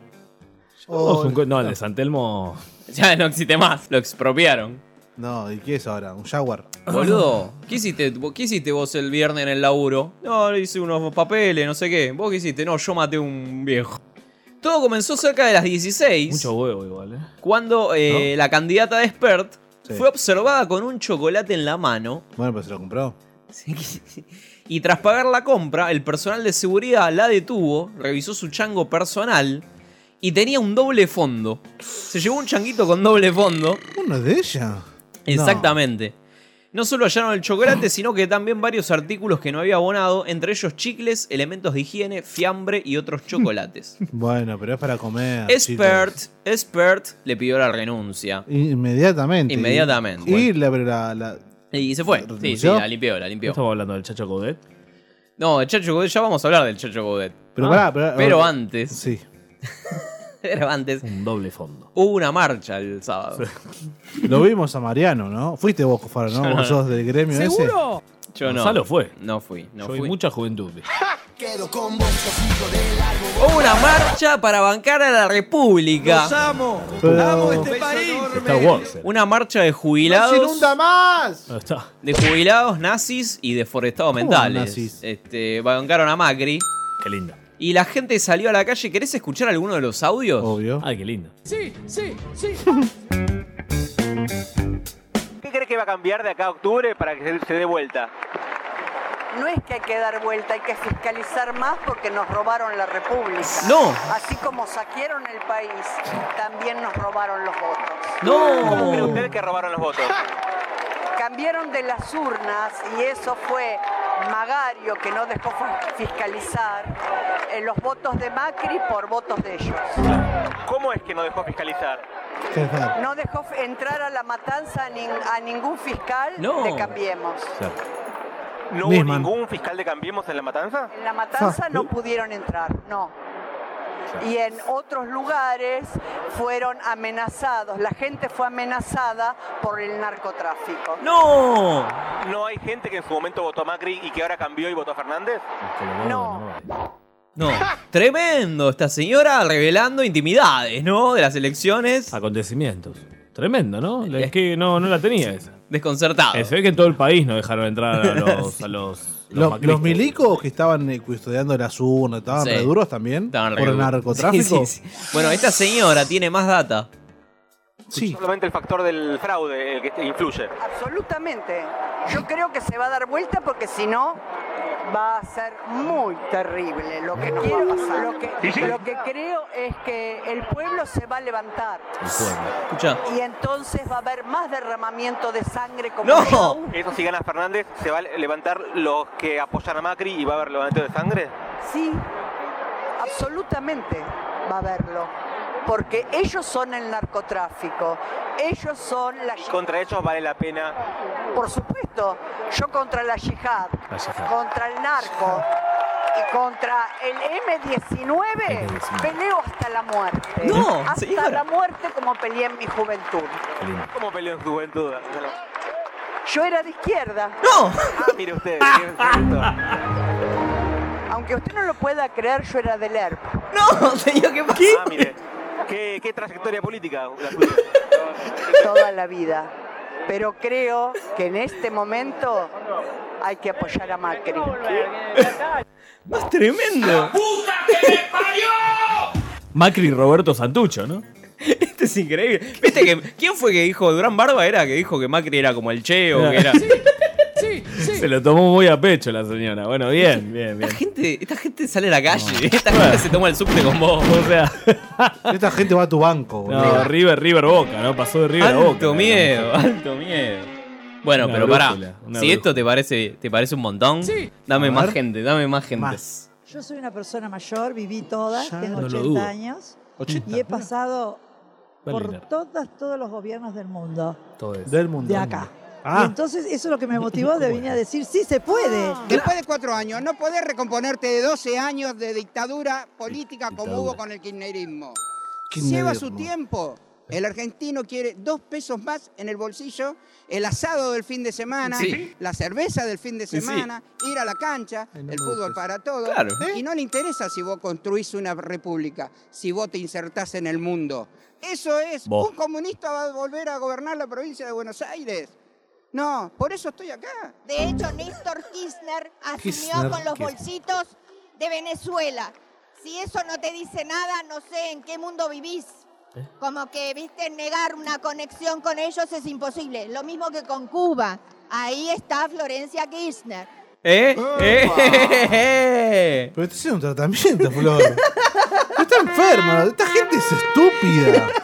S2: Oh, es un co- no, el de San Telmo.
S1: Ya no existe más, lo expropiaron.
S3: No, ¿y qué es ahora? ¿Un Jaguar?
S1: Boludo, ¿qué hiciste, vo- qué hiciste vos el viernes en el laburo? No, le hice unos papeles, no sé qué. ¿Vos qué hiciste? No, yo maté un viejo. Todo comenzó cerca de las 16.
S2: Mucho huevo igual, eh.
S1: Cuando eh, la candidata de expert fue observada con un chocolate en la mano
S3: Bueno, pero se lo compró.
S1: y tras pagar la compra, el personal de seguridad la detuvo, revisó su chango personal y tenía un doble fondo. Se llevó un changuito con doble fondo.
S3: ¿Uno de ella?
S1: Exactamente. No solo hallaron el chocolate, sino que también varios artículos que no había abonado, entre ellos chicles, elementos de higiene, fiambre y otros chocolates.
S3: Bueno, pero es para comer.
S1: Expert, expert le pidió la renuncia.
S3: chicos. Inmediatamente.
S1: Inmediatamente.
S3: Y la, pero la, la-
S1: Y se fue. Sí, sí,
S3: ¿Renunció?
S1: la limpió, la limpió.
S2: Estamos hablando del Chacho Coudet.
S1: No, el Chacho Godet, ya vamos a hablar del Chacho Godet.
S3: Pero
S2: Ah.
S3: pará, pará,
S1: Pero
S3: pará.
S1: antes.
S3: Sí.
S1: pero antes.
S2: Un doble fondo.
S1: Hubo una marcha el sábado.
S3: Lo vimos a Mariano, ¿no? Fuiste vos, Cofaro,
S1: Yo
S3: ¿no?
S1: no.
S3: Vos sos del gremio
S1: ¿Seguro? Yo no.
S2: Gonzalo fue.
S1: No fui, no
S2: Yo vi
S1: fui.
S2: mucha juventud. vi.
S1: Hubo una marcha para bancar a la República.
S15: Los amo.
S1: Amo
S15: este país.
S2: Star Wars. era.
S1: Una marcha de
S13: ¡No se
S1: jubilados.
S13: inunda más!
S2: Ahí está.
S1: De jubilados nazis y deforestados mentales.
S2: nazis?
S1: Este, bancaron a Macri.
S2: Qué linda.
S1: Y la gente salió a la calle. ¿Querés escuchar alguno de los audios?
S3: Obvio.
S2: Ay, qué lindo.
S15: Sí, sí, sí.
S7: ¿Qué crees que va a cambiar de acá a octubre para que se, se dé vuelta?
S23: No es que hay que dar vuelta, hay que fiscalizar más porque nos robaron la República.
S1: No.
S23: Así como saquearon el país, también nos robaron los votos.
S1: ¿Cómo
S7: cree usted que robaron los votos?
S23: Cambiaron de las urnas y eso fue Magario que no dejó fi- fiscalizar eh, los votos de Macri por votos de ellos.
S7: ¿Cómo es que no dejó fiscalizar?
S23: No dejó f- entrar a la matanza a, nin- a ningún fiscal
S7: No.
S23: de Cambiemos.
S7: ¿No hubo
S23: Nisman.
S7: ningún fiscal de Cambiemos en la matanza?
S23: En la matanza no pudieron entrar, no. Y en otros lugares fueron amenazados, la gente fue amenazada por el narcotráfico.
S1: ¡No!
S7: ¿No hay gente que en su momento votó a Macri y que ahora cambió y votó a Fernández?
S2: Este
S23: No.
S1: No. Tremendo. Esta señora revelando intimidades, ¿no? De las elecciones.
S2: Acontecimientos. Tremendo, ¿no? Es que no, no la tenía esa.
S1: Desconcertado.
S2: Eh, se ve que en todo el país no dejaron entrar a los, a los, los
S3: Los, los
S2: macristas.
S3: milicos que estaban eh, custodiando las urnas, estaban
S1: Sí.
S3: re duros también.
S1: Estaban re
S3: por el
S1: duros.
S3: narcotráfico.
S1: Sí, sí, sí. Bueno, esta señora tiene más data.
S7: Solamente el factor del fraude el que influye.
S23: Absolutamente. Yo creo que se va a dar vuelta porque si no va a ser muy terrible lo que quiero Lo
S1: Sí, sí.
S23: que, lo que creo es que el pueblo se va a levantar
S1: Escucha.
S23: y entonces va a haber más derramamiento de sangre como
S1: ¡No!
S7: Eso si gana Fernández, ¿se va a levantar los que apoyan a Macri y va a haber levantamiento de sangre?
S23: Sí, absolutamente va a haberlo. Porque ellos son el narcotráfico, ellos son la... yihad.
S7: Contra ellos vale la pena.
S23: Por supuesto, yo contra la yihad,
S7: La yihad.
S23: contra el narco y contra el M-19
S7: M19.
S23: peleo hasta la muerte.
S7: No,
S23: hasta
S7: señora.
S23: la muerte como peleé en mi juventud.
S7: ¿Cómo peleó en su juventud?
S23: Yo era de izquierda. Ah.
S1: ¡No!
S7: Ah, mire usted, qué cierto.
S23: Aunque usted no lo pueda creer, yo era del ERP.
S1: No, señor, ¿qué pasó?
S7: Ah, mire. ¿Qué, qué trayectoria política la suya?
S23: toda la vida. Pero creo que en este momento hay que apoyar a Macri.
S1: Es tremendo.
S2: Macri y Roberto Santucho, ¿no?
S1: Esto Este es increíble. ¿Viste que quién fue que dijo Durán Barba era que dijo que Macri era como el Che o que era
S2: Se lo tomó muy a pecho la señora. Bueno, bien, bien, bien.
S1: gente, esta gente sale a la calle, esta gente se toma el subte con vos.
S2: O sea,
S3: Esta gente va a tu banco, boludo.
S2: no, River, River Boca, ¿no? Pasó de River a Boca.
S1: alto miedo, alto miedo. Bueno,
S2: Una
S1: pero
S2: brújula,
S1: pará.
S2: una
S1: Si
S2: brújula.
S1: esto te parece, te parece un montón,
S5: Sí.
S1: dame
S2: A
S1: más
S2: ver.
S1: gente, dame más gente.
S5: Yo soy una persona mayor, viví todas, tengo
S1: no lo
S5: 80
S1: dudo.
S5: años
S1: 80,
S5: y he pasado
S1: Berliner.
S5: por todas, todos los gobiernos del mundo.
S3: Del mundo.
S5: De acá.
S3: Ah.
S5: Y entonces eso es lo que me motivó de venir a decir, sí se puede.
S1: Ah.
S24: Después de cuatro años, no podés recomponerte de 12 años de dictadura política como
S5: Dictadura.
S24: hubo con el kirchnerismo.
S5: Kirchnerismo.
S24: Lleva su tiempo. El argentino quiere dos pesos más en el bolsillo, el asado del fin de semana,
S25: Sí.
S24: la cerveza del fin de
S25: Sí, sí.
S24: semana, ir a la cancha, el fútbol para todo.
S25: Claro.
S24: Y no le interesa si vos construís una república, si vos te insertás en el mundo. Eso es,
S1: Vos.
S24: un comunista va a volver a gobernar la provincia de Buenos Aires. No, por eso estoy acá.
S26: De hecho, Néstor Kirchner asumió
S24: Kirchner,
S26: con los
S24: Kirchner.
S26: bolsitos de Venezuela. Si eso no te dice nada, no sé en qué mundo vivís. Como que, viste, negar una conexión con ellos es imposible. Lo mismo que con Cuba. Ahí está Florencia Kirchner.
S1: ¿Eh? ¿Eh?
S3: Pero esto es un tratamiento, Flor. No está enferma. Esta gente es estúpida.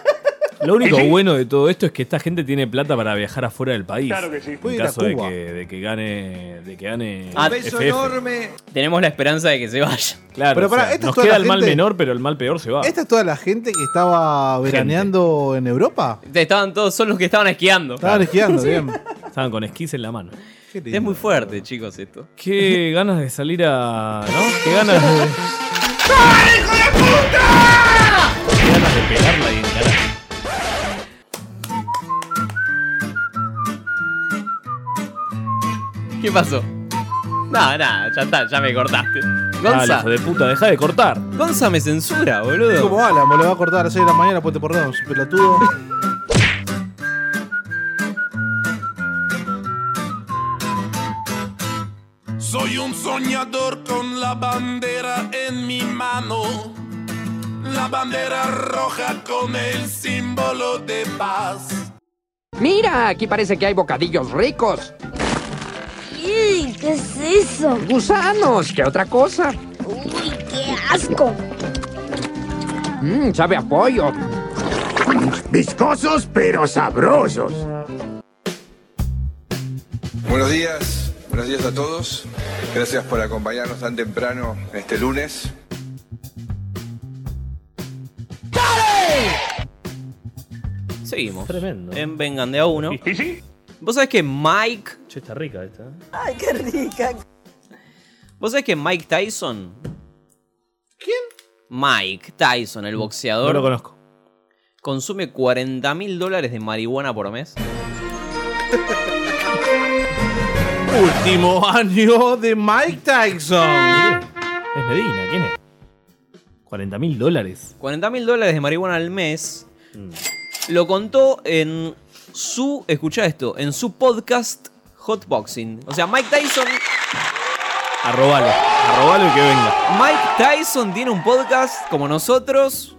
S2: Lo único bueno de todo esto es que esta gente tiene plata para viajar afuera del país.
S1: Claro que sí. Puede ir
S2: En
S1: a
S2: caso de
S1: Cuba.
S2: que, de que gane. De que gane.
S1: Ah,
S2: FF.
S1: Tenemos la esperanza de que se vaya.
S2: Claro,
S3: Pero
S2: o
S3: pará,
S2: sea,
S3: esta es
S2: nos
S3: toda
S2: queda
S3: la
S2: el mal
S3: gente-
S2: menor, pero el mal peor se va.
S3: ¿Esta es toda la gente que estaba veraneando en Europa?
S1: Estaban todos, son los que estaban esquiando.
S3: Estaban esquiando, bien.
S2: Estaban con esquís en la mano.
S1: Es muy fuerte, chicos, esto.
S2: Qué ganas de salir a. ¿No? Qué ganas de. Qué ganas de pegarla y encarar.
S1: ¿Qué pasó? Nada, nada, ya está, ya me cortaste.
S2: Dale,
S1: Gonza,
S2: hijo de puta, deja de cortar.
S1: Gonza me censura, boludo.
S3: Como Alan, me lo va a cortar a las 6 de la mañana, ponte por su pelotudo.
S17: Soy un soñador con la bandera en mi mano, la bandera roja con el símbolo de paz.
S27: Mira, aquí parece que hay bocadillos ricos.
S26: Uy, ¿qué es eso?
S27: Gusanos, ¿qué otra cosa?
S26: Uy, qué asco.
S27: Mmm, sabe a pollo. Viscosos pero sabrosos.
S28: Buenos días, buenos días a todos. Gracias por acompañarnos tan temprano este lunes.
S1: Seguimos. Tremendo. En Vengan de a uno. ¿Vos sabés que Mike.
S2: Che, está rica esta. ¿eh?
S5: Ay, qué rica.
S1: ¿Vos sabés que Mike Tyson? ¿Quién? Mike Tyson, el boxeador.
S2: No lo conozco.
S1: Consume 40 mil dólares de marihuana por mes.
S3: Último año de Mike Tyson.
S1: Ah.
S2: Es Medina, ¿quién es? 40 mil dólares. Mm.
S1: 40 mil dólares de marihuana al mes. Lo contó en su. Escucha esto. En su podcast Hotboxing. O sea, Mike Tyson.
S2: Arrobalo. Arrobalo y que venga.
S1: Mike Tyson tiene un podcast como nosotros.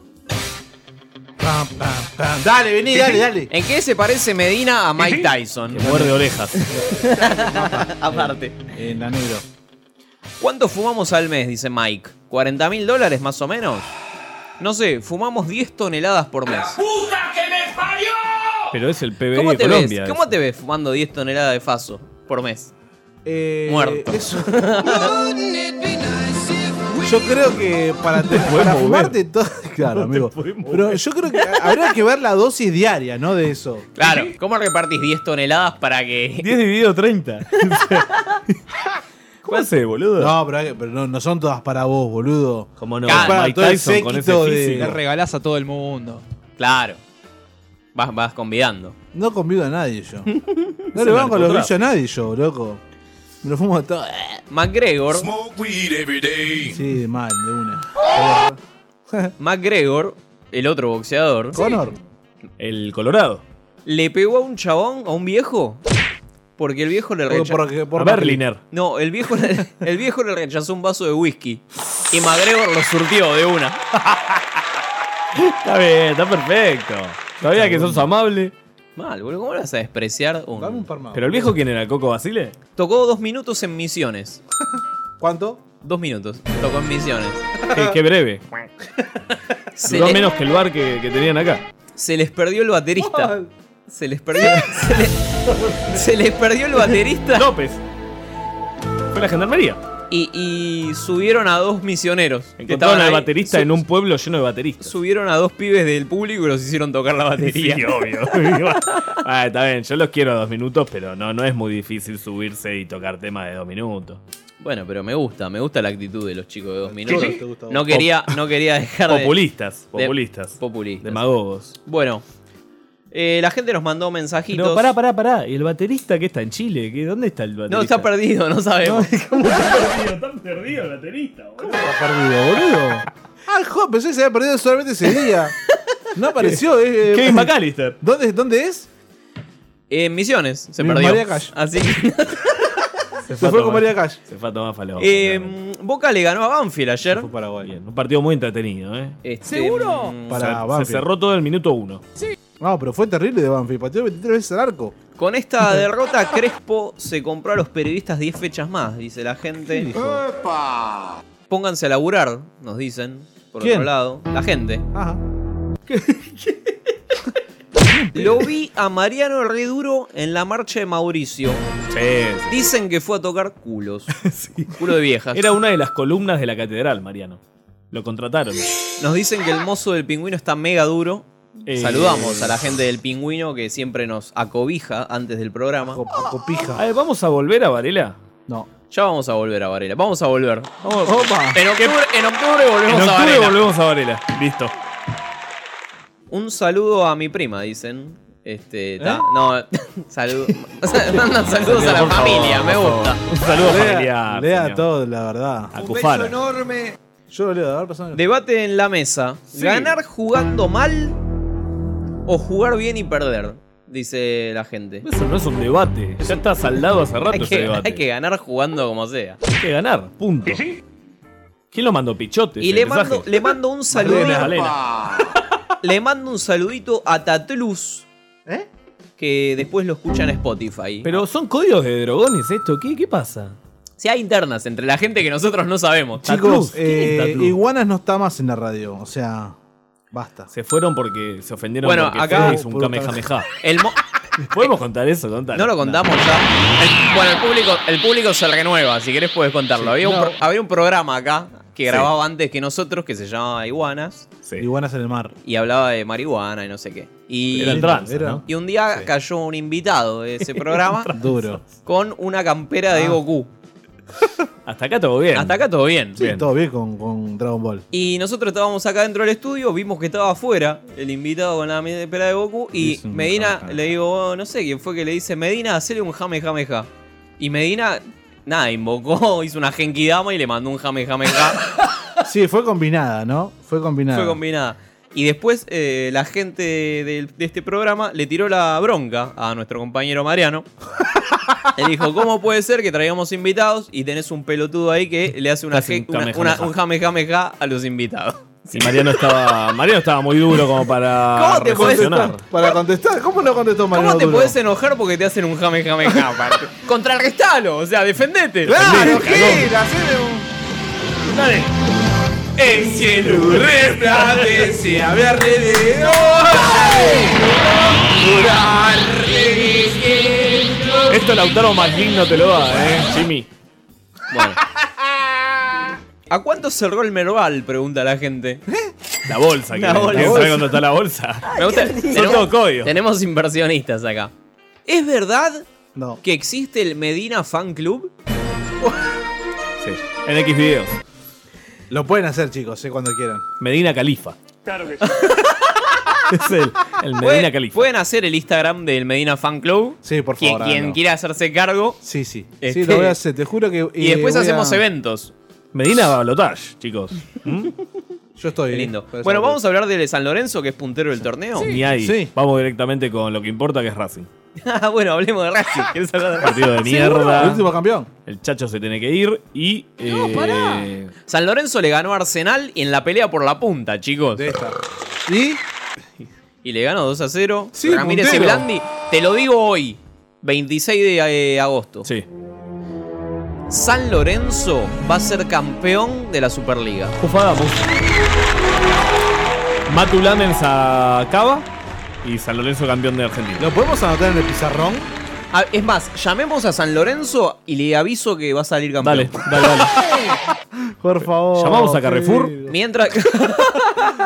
S3: Dale, vení, dale, dale.
S1: ¿En qué se parece Medina a Mike Tyson?
S2: Que muerde orejas.
S1: Aparte.
S3: En negro.
S1: ¿Cuánto fumamos al mes? Dice Mike. ¿40 mil dólares más o menos? No sé, fumamos 10 toneladas por mes.
S17: ¡Puta que me parió!
S2: Pero es el PBI
S1: ¿Cómo
S2: de
S1: te,
S2: Colombia.
S1: ves? ¿Cómo te ves fumando 10 toneladas de faso por mes?
S3: Eh,
S1: Muerto.
S3: Yo creo que para, te, para fumarte todo. Claro, amigo. Pero yo creo que habría que ver la dosis diaria, ¿no? De eso.
S1: Claro, ¿cómo repartís 10 toneladas para que...
S2: 10 dividido 30. ¿Cómo hace, boludo?
S3: No, pero, hay que- pero no, no son todas para vos, boludo.
S2: Como
S3: no,
S1: Claro.
S3: para todo el séquito
S1: Le
S3: de.
S1: regalás a todo el mundo. Claro. Vas, vas convidando.
S3: No convivo a nadie yo. No
S1: Es
S3: le
S1: un
S3: banco los
S1: narcotráfico.
S3: brillos a nadie yo, loco. Me lo fumo a todo.
S1: McGregor.
S3: Sí, de mal, de una.
S1: McGregor, el otro boxeador.
S3: Conor.
S2: El Colorado.
S1: Le pegó a un chabón, a un viejo. Porque el viejo le
S3: Eh,
S2: Por-
S1: rechazó.
S2: por- por A Berliner.
S1: No, el viejo, le- el viejo le rechazó un vaso de whisky. Y McGregor lo surtió de una.
S2: Está bien, está perfecto. Sabía que sos amable.
S1: Mal, boludo. ¿Cómo lo vas a despreciar? Un...
S2: Pero el viejo, ¿quién era? ¿Coco Basile?
S1: Tocó dos minutos en misiones.
S3: ¿Cuánto?
S1: Dos minutos. Tocó en misiones.
S2: Qué, Eh, qué breve.
S1: Se
S2: Duró
S1: le-
S2: menos que el bar que, que tenían acá.
S1: Se les perdió el baterista. Se les perdió. Se, le- se les perdió el baterista. López. Fue la gendarmería. Y, y subieron a dos misioneros. que
S2: Encontraron
S1: estaban
S2: al
S1: ahí.
S2: baterista
S1: Su-
S2: en un pueblo lleno de bateristas.
S1: Subieron a dos pibes del público y los hicieron tocar la batería.
S2: Sí, obvio. ah, está bien, yo los quiero a dos minutos, pero no, no es muy difícil subirse y tocar temas de dos minutos.
S1: Bueno, pero me gusta, me gusta la actitud de los chicos de dos minutos.
S2: ¿Sí? ¿Te gusta a vos?
S1: No quería, no quería dejar de.
S2: Populistas,
S1: de-
S2: populistas.
S1: populistas.
S2: Demagogos.
S1: Bueno, eh, la gente nos mandó mensajitos.
S2: Pero pará, pará, pará. ¿Y el baterista que está en Chile? ¿Qué- ¿Dónde está el baterista?
S1: No, está perdido, no sabemos.
S2: perdido el baterista,
S3: Está perdido, boludo. Ah, el joven, pensé que se había perdido solamente ese día. No apareció. eh, eh,
S1: Kevin McAllister.
S3: ¿Dónde, ¿Dónde es?
S1: En Eh, Misiones se
S3: Mi
S1: perdió.
S3: Mm, María Cash.
S1: Así que.
S2: Se,
S3: fue con María
S2: Calle. Se fue a tomar falopa.
S1: Eh, Boca le ganó a Banfield ayer.
S2: Bien, un partido muy entretenido, ¿eh?
S1: Este,
S2: ¿Seguro?
S1: mm,
S3: Para
S2: se,
S3: Ah, Banfield.
S2: cerró todo el minuto uno.
S3: No, pero fue terrible de Banfield. Pateó 23 veces al arco.
S1: Con esta derrota, Crespo se compró a los periodistas 10 fechas más, dice la gente. ¡Epa! Pónganse a laburar, nos dicen, por
S3: ¿Quién? Ah,
S1: otro lado. La gente.
S3: Ajá.
S1: Lo vi a Mariano Reduro en la marcha de Mauricio. Dicen que fue a tocar culos. Culo de viejas.
S2: Era una de las columnas de la catedral, Mariano. Lo contrataron.
S1: Nos dicen que el mozo del pingüino está mega duro.
S2: Eh.
S1: Saludamos a la gente del pingüino que siempre nos acobija antes del programa.
S2: A ver, ¿vamos a volver a Varela?
S3: No.
S1: Ya vamos a volver a Varela. Vamos a volver.
S2: Oh, Opa.
S1: En octubre, en octubre volvemos
S2: en
S1: a
S2: octubre
S1: Varela.
S2: volvemos a Varela. Listo.
S1: Un saludo a mi prima, dicen. Este, ta-
S2: ¿Eh?
S1: no, saludo. mandan saludos a la
S2: Por favor,
S1: familia, me
S2: por favor.
S1: gusta.
S2: Un saludo
S3: Lea-
S2: familiar.
S3: Lea
S2: señor.
S3: todo, la verdad.
S2: A Cufaro.
S1: enorme.
S3: Yo lo leo, a ver, pasame.
S1: Debate en la mesa. ¿Ganar jugando mal o jugar bien y perder? Dice la gente.
S2: Eso no es un debate. Ya está saldado hace rato
S1: Hay
S2: ese
S1: que,
S2: debate.
S1: hay que ganar jugando como sea.
S2: Hay que ganar, punto. ¿Quién lo mandó? Pichote.
S1: Y
S2: ese
S1: le
S2: mensaje?
S1: mando, le mando un
S2: Malena,
S1: saludito.
S2: Malena.
S1: Le mando un saludito a Tatlus.
S3: ¿Eh?
S1: Que después lo escucha en Spotify.
S2: Pero son códigos de drogones esto. ¿Qué, qué pasa?
S1: Si hay internas entre la gente que nosotros no sabemos.
S3: Chicos, eh,
S1: Tatlus.
S3: Iguanas no está más en la radio. O sea, basta.
S2: Se fueron porque se ofendieron
S1: Bueno,
S2: porque
S1: acá-
S2: Fede hizo un
S1: Por-
S2: kamehameha.
S1: El mo-
S2: ¿Podemos contar eso? Contalo.
S1: No lo contamos ya. El- bueno, el público, el público se renueva, si querés puedes contarlo. había, un
S3: no.
S1: pro- había un programa acá que
S3: Sí.
S1: grababa antes que nosotros que se llamaba Iguanas
S3: Iguanas en el mar.
S1: y hablaba de marihuana y no sé qué. Y,
S3: Era en trans, Era. ¿no?
S1: y un día cayó un invitado de ese programa
S3: Duro.
S1: con una campera de
S3: Ah.
S1: Goku.
S2: Hasta acá todo bien.
S1: Hasta acá todo bien.
S3: Sí, todo bien con, con Dragon Ball.
S1: Y nosotros estábamos acá dentro del estudio, vimos que estaba afuera el invitado con la pera de Goku. Y
S3: Hizo un
S1: Medina le digo, "Oh, no sé quién fue que le dice, Medina, hacele un jame jame ja". Y Medina, nada, invocó, hizo una genkidama y le mandó un jame jame ja.
S3: Sí, fue combinada, ¿no? Fue combinada.
S1: fue combinada. Y después eh, la gente del- de, este programa le tiró la bronca a nuestro compañero Mariano. Le dijo, ¿cómo puede ser que traigamos invitados y tenés un pelotudo ahí que le hace una,
S2: Hace
S1: gen-
S2: un
S1: una-
S2: jame,
S1: una-
S2: jame, ja.
S1: un jame jame ja a los invitados?
S2: Sí, Mariano estaba, Mariano estaba muy duro como para
S1: ¿Cómo te podés-
S2: reflexionar.
S3: Para contestar, ¿cómo no contestó Mariano?
S1: ¿Cómo te
S3: Duro?
S1: podés enojar porque te hacen un jame jame ja? aparte? Contrarrestalo, o sea, defendete.
S3: Claro,
S1: Defendete,
S3: Gil,
S1: hacele un. Dale.
S17: El cielo resplandece a mi alrededor.
S2: Esto Lautaro Magín no te lo da, eh, Jimmy.
S1: Bueno. ¿A cuánto cerró el Merval? Pregunta la gente.
S2: La bolsa,
S1: La
S2: que
S1: bolsa.
S2: ¿Quién sabe cuándo está la bolsa?
S1: Me gusta.
S2: Son todos códigos.
S1: tenemos inversionistas acá. ¿Es verdad
S3: No.
S1: que existe el Medina Fan Club?
S2: Sí. En X videos.
S3: Lo pueden hacer, chicos, eh, cuando quieran.
S2: Medina Califa.
S1: Claro que
S2: Es el, el Medina
S1: ¿Pueden,
S2: Califa.
S1: pueden hacer el Instagram del Medina Fan Club.
S3: Sí, por
S1: Quien,
S3: favor,
S1: quien
S3: háganlo.
S1: quiera hacerse cargo.
S3: Sí, sí.
S1: Este-
S3: Sí, lo voy a hacer, te juro que.
S1: Y
S3: eh,
S1: después
S3: voy a- ¿Mm?
S1: hacemos eventos.
S2: Medina Balotage, chicos.
S3: Yo estoy. eh,
S1: Qué lindo.
S3: Pero
S1: Bueno,
S3: eso-
S1: vamos a hablar de San Lorenzo, que es puntero del torneo.
S2: Ni ahí. Vamos directamente con lo que importa, que es Racing.
S1: Ah, bueno, hablemos de Racing. ¿Quieres hablar de Racing?
S2: Partido de mierda.
S3: El último campeón.
S2: El Chacho se tiene que ir y. eh,
S1: San Lorenzo le ganó a Arsenal en la pelea por la punta, chicos. De
S3: esta. ¿Y?
S1: Y le ganó 2 a 0.
S3: Sí,
S1: Ramírez
S3: puntero.
S1: y Blandi. Te lo digo hoy, 26 de eh, agosto.
S2: Sí.
S1: San Lorenzo va a ser campeón de la Superliga.
S2: Jufada, Matu Lamens a Cava. y San Lorenzo campeón de Argentina.
S3: ¿Lo podemos anotar en el pizarrón?
S1: Ah, es más, llamemos a San Lorenzo y le aviso que va a salir campeón. Dale, dale, dale.
S3: Por favor.
S2: ¿Llamamos a Carrefour?
S1: Mientras.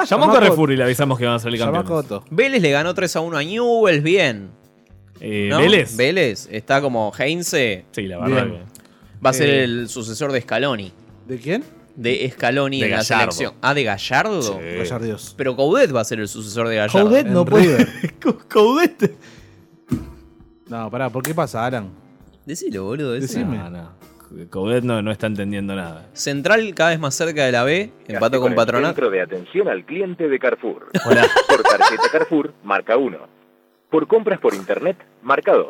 S2: Llamó a Carrefour y le avisamos que van a salir
S1: Llamá a
S2: campeones.
S1: Vélez le ganó 3 a 1 a Newell's, bien. ¿No?
S2: Eh, ¿Vélez?
S1: Vélez, está como Heinze.
S2: Sí, la verdad
S1: Bien. Va a ser
S2: Eh.
S1: el sucesor de Scaloni.
S3: ¿De quién?
S1: De Scaloni
S2: De
S1: en la
S2: Gallardo.
S1: selección. Ah, de Gallardo.
S3: Gallardios.
S1: Pero Coudet va a ser el sucesor de Gallardo.
S3: Coudet no puede.
S2: Coudet.
S3: No, pará, ¿por qué pasa, Alan?
S1: Decilo, boludo. decilo.
S2: No, no. Coudet no, no está entendiendo nada.
S1: Central cada vez más cerca de la B. Empató con
S6: el
S1: Patronato.
S6: Centro de atención al cliente de Carrefour. Por tarjeta Carrefour, marca 1. Por compras por internet, marca 2.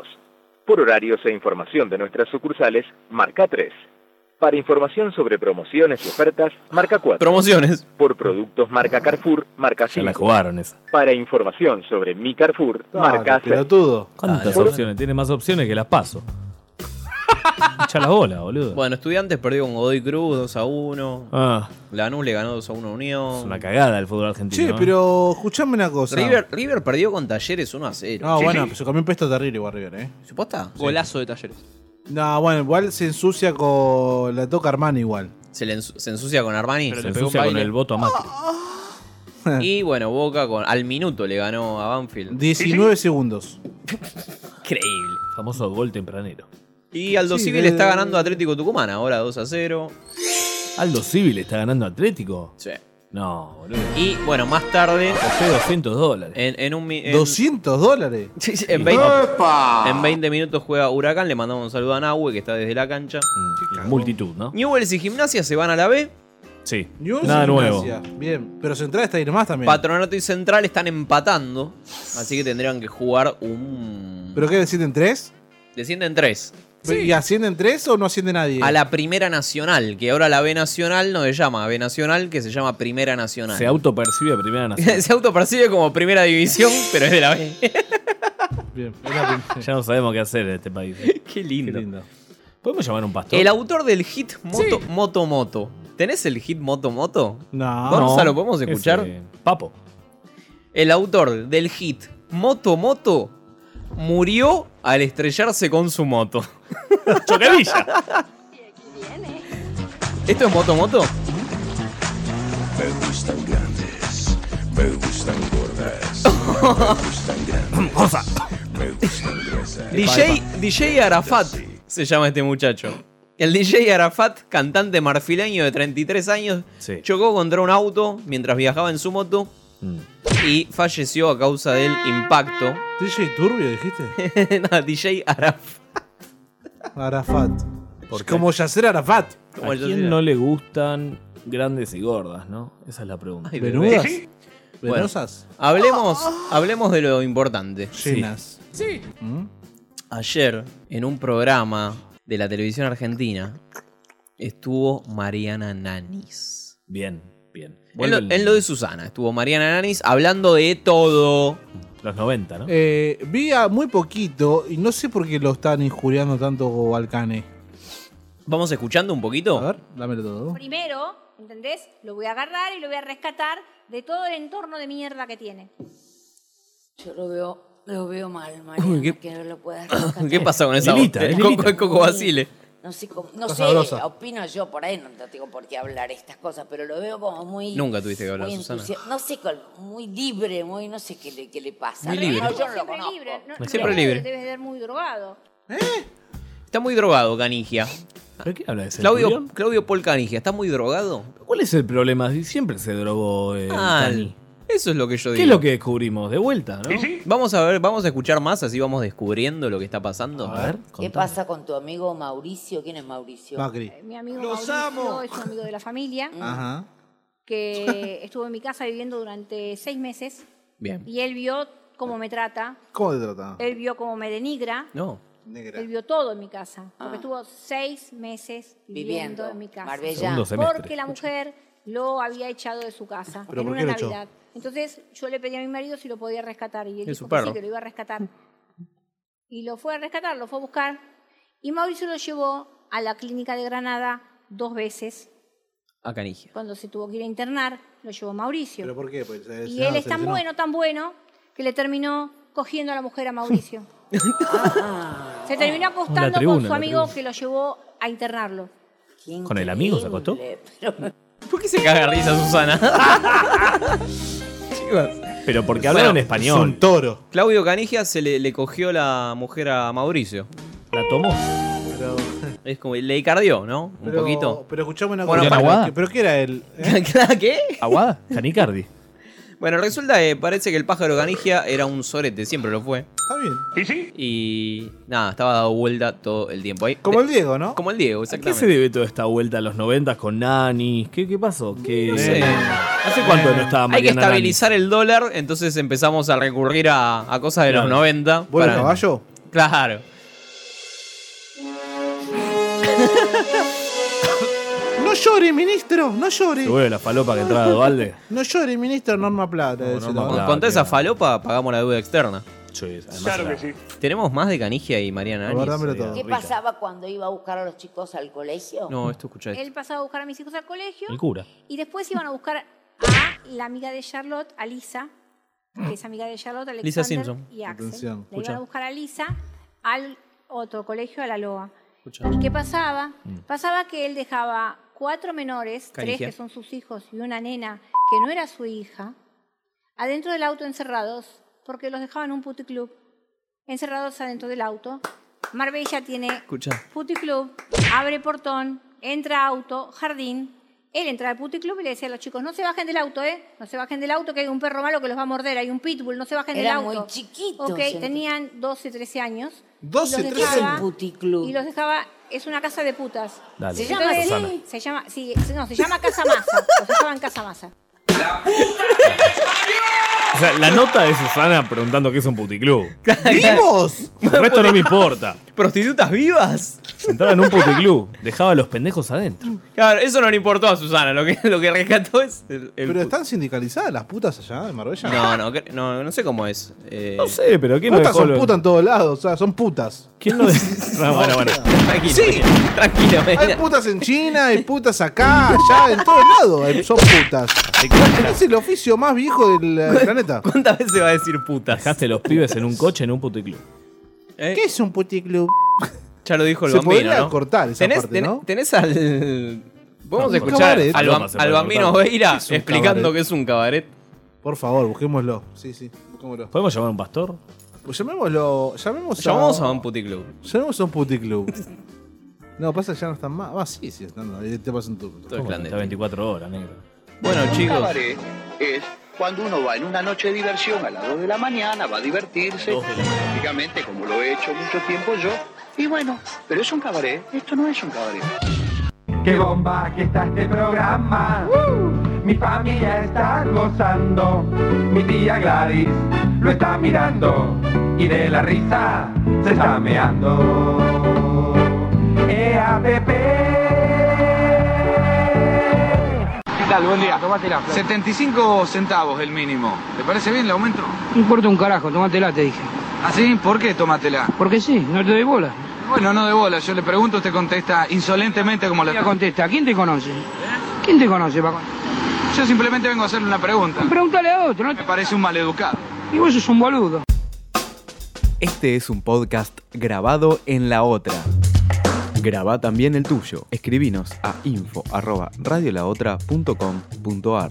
S6: Por horarios e información de nuestras sucursales, marca 3. Para información sobre promociones y ofertas, marca 4.
S1: Promociones.
S6: Por productos, marca Carrefour, marca 5.
S2: la jugaron esa.
S6: Para información sobre mi Carrefour, marca 6.
S3: pelotudo.
S2: ¿Cuántas
S6: Dale.
S2: opciones? Tiene más opciones que las paso. Echa las bolas, boludo.
S1: Bueno, Estudiantes perdió con Godoy Cruz 2 a 1.
S2: Ah.
S1: Lanús le ganó 2 a 1 a Unión. Es
S2: una cagada el fútbol argentino. ¿eh?
S3: Che, pero escuchame una cosa.
S1: River, River perdió con Talleres 1 a 0.
S3: No, Ah, bueno, se comió un pesto terrible igual River, ¿eh?
S1: ¿Posta? Golazo de Talleres.
S3: No, bueno, igual se ensucia con la toca Armani igual.
S1: Se, le ensu- se ensucia con Armani.
S2: Pero Se le pegó un ensucia con baile. el voto a Macri.
S1: y bueno, Boca con, al minuto le ganó a Banfield.
S3: 19 Ah. segundos.
S1: Increíble.
S2: Famoso gol tempranero.
S1: Y Aldo
S3: Sí,
S1: Civil
S3: de-
S1: está ganando a Atlético Tucumán ahora 2 a 0.
S2: Aldo Civil está ganando Atlético.
S1: Sí.
S2: No, boludo.
S1: Y bueno, más tarde.
S2: Costó 200 dólares.
S1: En, en un mi- en-
S3: ¿200 dólares?
S1: Sí, sí, en, 20, en 20 minutos juega Huracán. Le mandamos un saludo a Nahue que está desde la cancha.
S2: Multitud, Mm, ¿no?
S1: Newells y Gimnasia se van a la B.
S2: Sí.
S3: Newell's
S2: Nada
S3: y
S2: nuevo.
S3: Gimnasia. Bien, pero Central está ahí nomás también.
S1: Patronato y Central están empatando. Así que tendrían que jugar un.
S3: ¿Pero qué deciden tres?
S1: Descienden tres.
S3: ¿Y ascienden tres o no asciende nadie?
S1: A la Primera Nacional, que ahora la B Nacional no se llama B Nacional, que se llama Primera Nacional.
S2: Se autopercibe primera nación.
S1: Se autopercibe como Primera División, pero es de la
S2: Eh,
S1: B.
S2: ya no sabemos qué hacer en este país.
S1: Qué lindo.
S2: ¿Podemos llamar a un pastor?
S1: El autor del hit Moto Moto Moto. ¿Tenés el hit Moto Moto?
S3: No.
S1: Gonzalo, ¿podemos escuchar?
S2: Ese, papo.
S1: El autor del hit Moto Moto murió al estrellarse con su moto.
S2: ¡Chocadilla!
S1: ¿Esto es Moto Moto?
S17: Me gustan grandes, me gustan gordas, me gustan grandes, me gustan gruesas.
S1: DJ, DJ Arafat se llama este muchacho. El DJ Arafat, cantante marfileño de 33 años, chocó contra un auto mientras viajaba en su moto y falleció a causa del impacto.
S3: ¿DJ Turbio dijiste?
S1: no, DJ Arafat.
S3: Arafat. Como Yacer Arafat.
S2: ¿A quién no le gustan grandes y gordas, no? Esa es la pregunta.
S1: Ay, ¿Venudas? bebé. Bueno, hablemos, hablemos de lo importante.
S3: Llenas.
S2: Sí.
S1: Ayer, en un programa de la televisión argentina, estuvo Mariana Nanis.
S2: Bien, bien.
S1: En lo, en lo de Susana, estuvo Mariana Nanis hablando de todo.
S2: Los 90, ¿no?
S3: Eh, vi a muy poquito y no sé por qué lo están injuriando tanto Balcane.
S1: ¿Vamos escuchando un poquito?
S3: A ver, dámelo todo.
S29: Primero, ¿entendés? Lo voy a agarrar y lo voy a rescatar de todo el entorno de mierda que tiene.
S12: Yo lo veo, lo veo mal,
S1: Uy,
S12: Mariana,
S1: qué-
S12: que no lo puedas rescatar.
S1: ¿Qué pasa con esa
S2: Lilita,
S1: voz?
S2: es
S1: Coco-
S2: Lilita.
S1: Coco Basile.
S12: No sé, cómo- no
S1: Cosa
S12: sé,
S1: sabrosa.
S12: opino yo por ahí, no te digo por qué hablar estas cosas, pero lo veo como muy...
S1: Nunca tuviste que hablar,
S12: muy
S1: Susana.
S12: entusi- No sé, con- muy libre, muy no sé qué le, qué le pasa.
S1: Muy libre.
S12: No, yo no lo
S29: Siempre
S12: conozco.
S29: libre. No,
S1: Siempre libre.
S29: Debes ser muy drogado.
S1: Está muy drogado, Canigia.
S2: ¿Pero qué habla de ese
S1: Claudio, Claudio Paul Canigia, ¿está muy drogado?
S2: ¿Cuál es el problema? Si Siempre se drogó eh,
S1: Mal.
S2: Cani.
S1: Eso es lo que yo digo.
S2: ¿Qué es lo que descubrimos? De vuelta, ¿no?
S1: Vamos a ver, vamos a escuchar más, así vamos descubriendo lo que está pasando.
S12: A ver, ¿Qué pasa con tu amigo Mauricio? ¿Quién es Mauricio?
S1: Macri.
S12: Eh,
S29: Mi amigo
S12: Los
S29: Mauricio
S12: amo.
S29: es un amigo de la familia
S3: Ajá.
S29: que estuvo en mi casa viviendo durante seis meses
S1: Bien.
S29: y él vio cómo me trata,
S3: ¿Cómo te trataba?
S29: él vio cómo me denigra,
S1: No.
S29: él vio todo en mi casa, porque
S12: Ah.
S29: estuvo seis meses viviendo,
S12: Viviendo,
S29: en mi casa.
S12: Marbella.
S2: Segundo semestre,
S29: Porque la mujer lo había echado de su casa
S2: ¿Pero
S29: en
S2: por
S29: una
S2: qué lo echó?
S29: Navidad. Entonces yo le pedí a mi marido si lo podía rescatar y él
S2: Es
S29: dijo
S2: un
S29: que sí,
S2: perro.
S29: que lo iba a rescatar. Y lo fue a rescatar, lo fue a buscar. Y Mauricio lo llevó a la clínica de Granada dos veces.
S1: A Canigia.
S29: Cuando se tuvo que ir a internar, lo llevó Mauricio.
S3: ¿Pero por qué? Pues,
S29: Y él es tan bueno, tan bueno, que le terminó cogiendo a la mujer a Mauricio. Se terminó
S2: Una
S29: acostando
S2: tribuna,
S29: con su
S2: una
S29: amigo
S2: tribuna.
S29: que lo llevó a internarlo.
S2: ¿Con el amigo se acostó?
S1: ¿Por qué se caga de risa Susana? Chicos.
S2: Pero porque hablaron
S1: Bueno,
S2: español.
S1: es
S2: un
S1: toro. Claudio Canigia se le, le cogió la mujer a Mauricio.
S2: ¿La tomó?
S1: Es como, le icardió, ¿no? Un
S3: Pero-
S1: poquito.
S3: Pero escuchame una
S1: Bueno,
S3: cosa.
S1: para-
S3: ¿Pero qué- ¿Pero qué era él? ¿eh?
S1: ¿Qué?
S2: ¿Aguada? Canicardi.
S1: Bueno, resulta que parece que el pájaro Canigia era un sorete, siempre lo fue.
S3: Está bien.
S1: ¿Y sí? Y nada, estaba dado vuelta todo el tiempo ahí.
S3: Como el Diego, ¿no?
S1: Como el Diego,
S2: ¿A qué
S1: exactamente.
S2: se debe toda esta vuelta a los 90 con Nani? ¿Qué, qué pasó? ¿Qué-
S1: No sé.
S2: ¿Hace cuánto no estaba
S1: Hay que
S2: Mariana Nani?
S1: estabilizar el dólar, entonces empezamos a recurrir a, a cosas de los
S2: Claro.
S1: 90.
S3: ¿Vuelve
S1: para-
S3: caballo?
S1: Claro.
S3: No llore, ministro, no llore.
S2: ¿Se vuelve la falopa que entraba Dualde?
S3: No llore, ministro Norma Plata. decilo.
S1: Con, con toda esa falopa pagamos la deuda externa.
S2: Claro era-
S1: sí. Tenemos más de Canigia y Mariana eh, Anis.
S3: Guardámelo todo.
S12: ¿Qué pasaba cuando iba a buscar a los chicos al colegio?
S1: No, esto escucha esto.
S29: Él pasaba a buscar a mis hijos al colegio
S1: El cura.
S29: y después iban a buscar a la amiga de Charlotte, a Lisa, que es amiga de Charlotte, Alexander
S1: Lisa Simpson.
S29: y Axel.
S1: Atención,
S29: Le iban
S1: escucha.
S29: a buscar a Lisa al otro colegio, a la Loa.
S1: Escucha.
S29: ¿Y qué pasaba? Pasaba que él dejaba cuatro menores,
S1: Canigia.
S29: tres que son sus hijos y una nena que no era su hija, adentro del auto encerrados, porque los dejaban en un puticlub, encerrados adentro del auto. Marbella tiene
S1: Escucha.
S29: Puticlub, abre portón, entra auto, jardín. Él entra al puticlub y le decía a los chicos, no se bajen del auto, ¿eh? No se bajen del auto, que hay un perro malo que los va a morder, hay un pitbull, no se bajen
S12: Eran
S29: del auto.
S12: muy chiquitos,
S29: Ok,
S12: entonces.
S29: tenían 12, 13 años.
S12: 12,
S29: Y los
S12: 13
S29: dejaba-
S12: el puticlub.
S29: Y los dejaba, es una casa de putas.
S12: Dale. ¿Se llama
S29: Entonces,
S12: así?
S29: Se llama, sí, no, se llama Casa Masa. Los dejaban Casa Masa.
S2: O sea, la nota de Susana preguntando qué es un puticlub.
S1: ¿Vivos?
S2: El resto no me importa.
S1: ¿Prostitutas vivas?
S2: Entraba en un puticlub, dejaba a los pendejos adentro.
S1: Claro, eso no le importó a Susana, lo que, lo que rescató es el, el
S3: Pero
S1: put-
S3: están sindicalizadas las putas allá en Marbella.
S1: No, no, cre- no, no sé cómo es. eh.
S2: No sé, pero ¿quién no
S3: putas
S2: dejó
S3: son
S2: los-
S3: putas en todos lados, o sea, son putas.
S2: ¿Quién no No, bueno, bueno.
S1: Tranquilo, tranquilo.
S3: Hay putas en China, hay putas acá, allá, en todos lados. hay- Son putas. Es el oficio más viejo del eh, planeta.
S1: ¿Cuántas veces va a decir putas?
S2: Dejaste los pibes en un coche en un puticlub.
S3: ¿Qué es un puticlub?
S1: Ya lo Eh. dijo el
S3: Se
S1: bambino,
S3: podría
S1: ¿no?
S3: cortar esa
S1: ¿Tenés,
S3: parte,
S1: tenés-
S3: ¿no?
S1: tenés al... Vamos a
S3: Un
S1: escuchar
S3: cabaret.
S1: al, bam-
S3: Paloma se
S1: al
S3: puede
S1: bambino
S3: cortar.
S1: Veira
S3: Es un
S1: explicando
S3: cabaret.
S1: eh, que es un cabaret.
S3: Por favor, busquémoslo. Sí, sí, busquémoslo.
S2: ¿Podemos llamar a un pastor?
S3: Pues llamémoslo. Llamemos a.
S1: Llamamos a un puticlub.
S3: Llamemos a un puticlub. no, pasa que ya no están más. Ah, sí, sí, están. no, Te pasan tu.
S2: Todo es clandestino. Está 24 horas, negro.
S1: Bueno,
S11: Un cabaret es cuando uno va en una noche de diversión a las 2 de la mañana, va a divertirse, prácticamente como lo he hecho mucho tiempo yo. Y bueno, pero es un cabaret, esto no es un cabaret.
S15: ¡Qué bomba que está este programa!
S11: Uh.
S15: Mi familia está gozando, mi tía Gladys lo está mirando y de la risa se está meando. E EAPP. ¿Qué tal? Buen día. 75 centavos el mínimo. ¿Te parece bien el aumento?
S14: No importa un carajo, tómatela, te dije.
S15: ¿Ah, sí? ¿Por qué tómatela?
S14: Porque sí, no te doy bola.
S15: Bueno, no de bola. Yo le pregunto, usted contesta insolentemente como
S14: Ella
S15: le...
S14: contesta, ¿quién te conoce? ¿Quién te conoce, Paco?
S15: Yo simplemente vengo a hacerle una pregunta.
S14: Pregúntale a otro, ¿no?
S15: Me parece un maleducado.
S14: Y vos sos un boludo.
S16: Este es un podcast grabado en la otra. Graba también el tuyo. Escribinos a info.radiolaotra.com.ar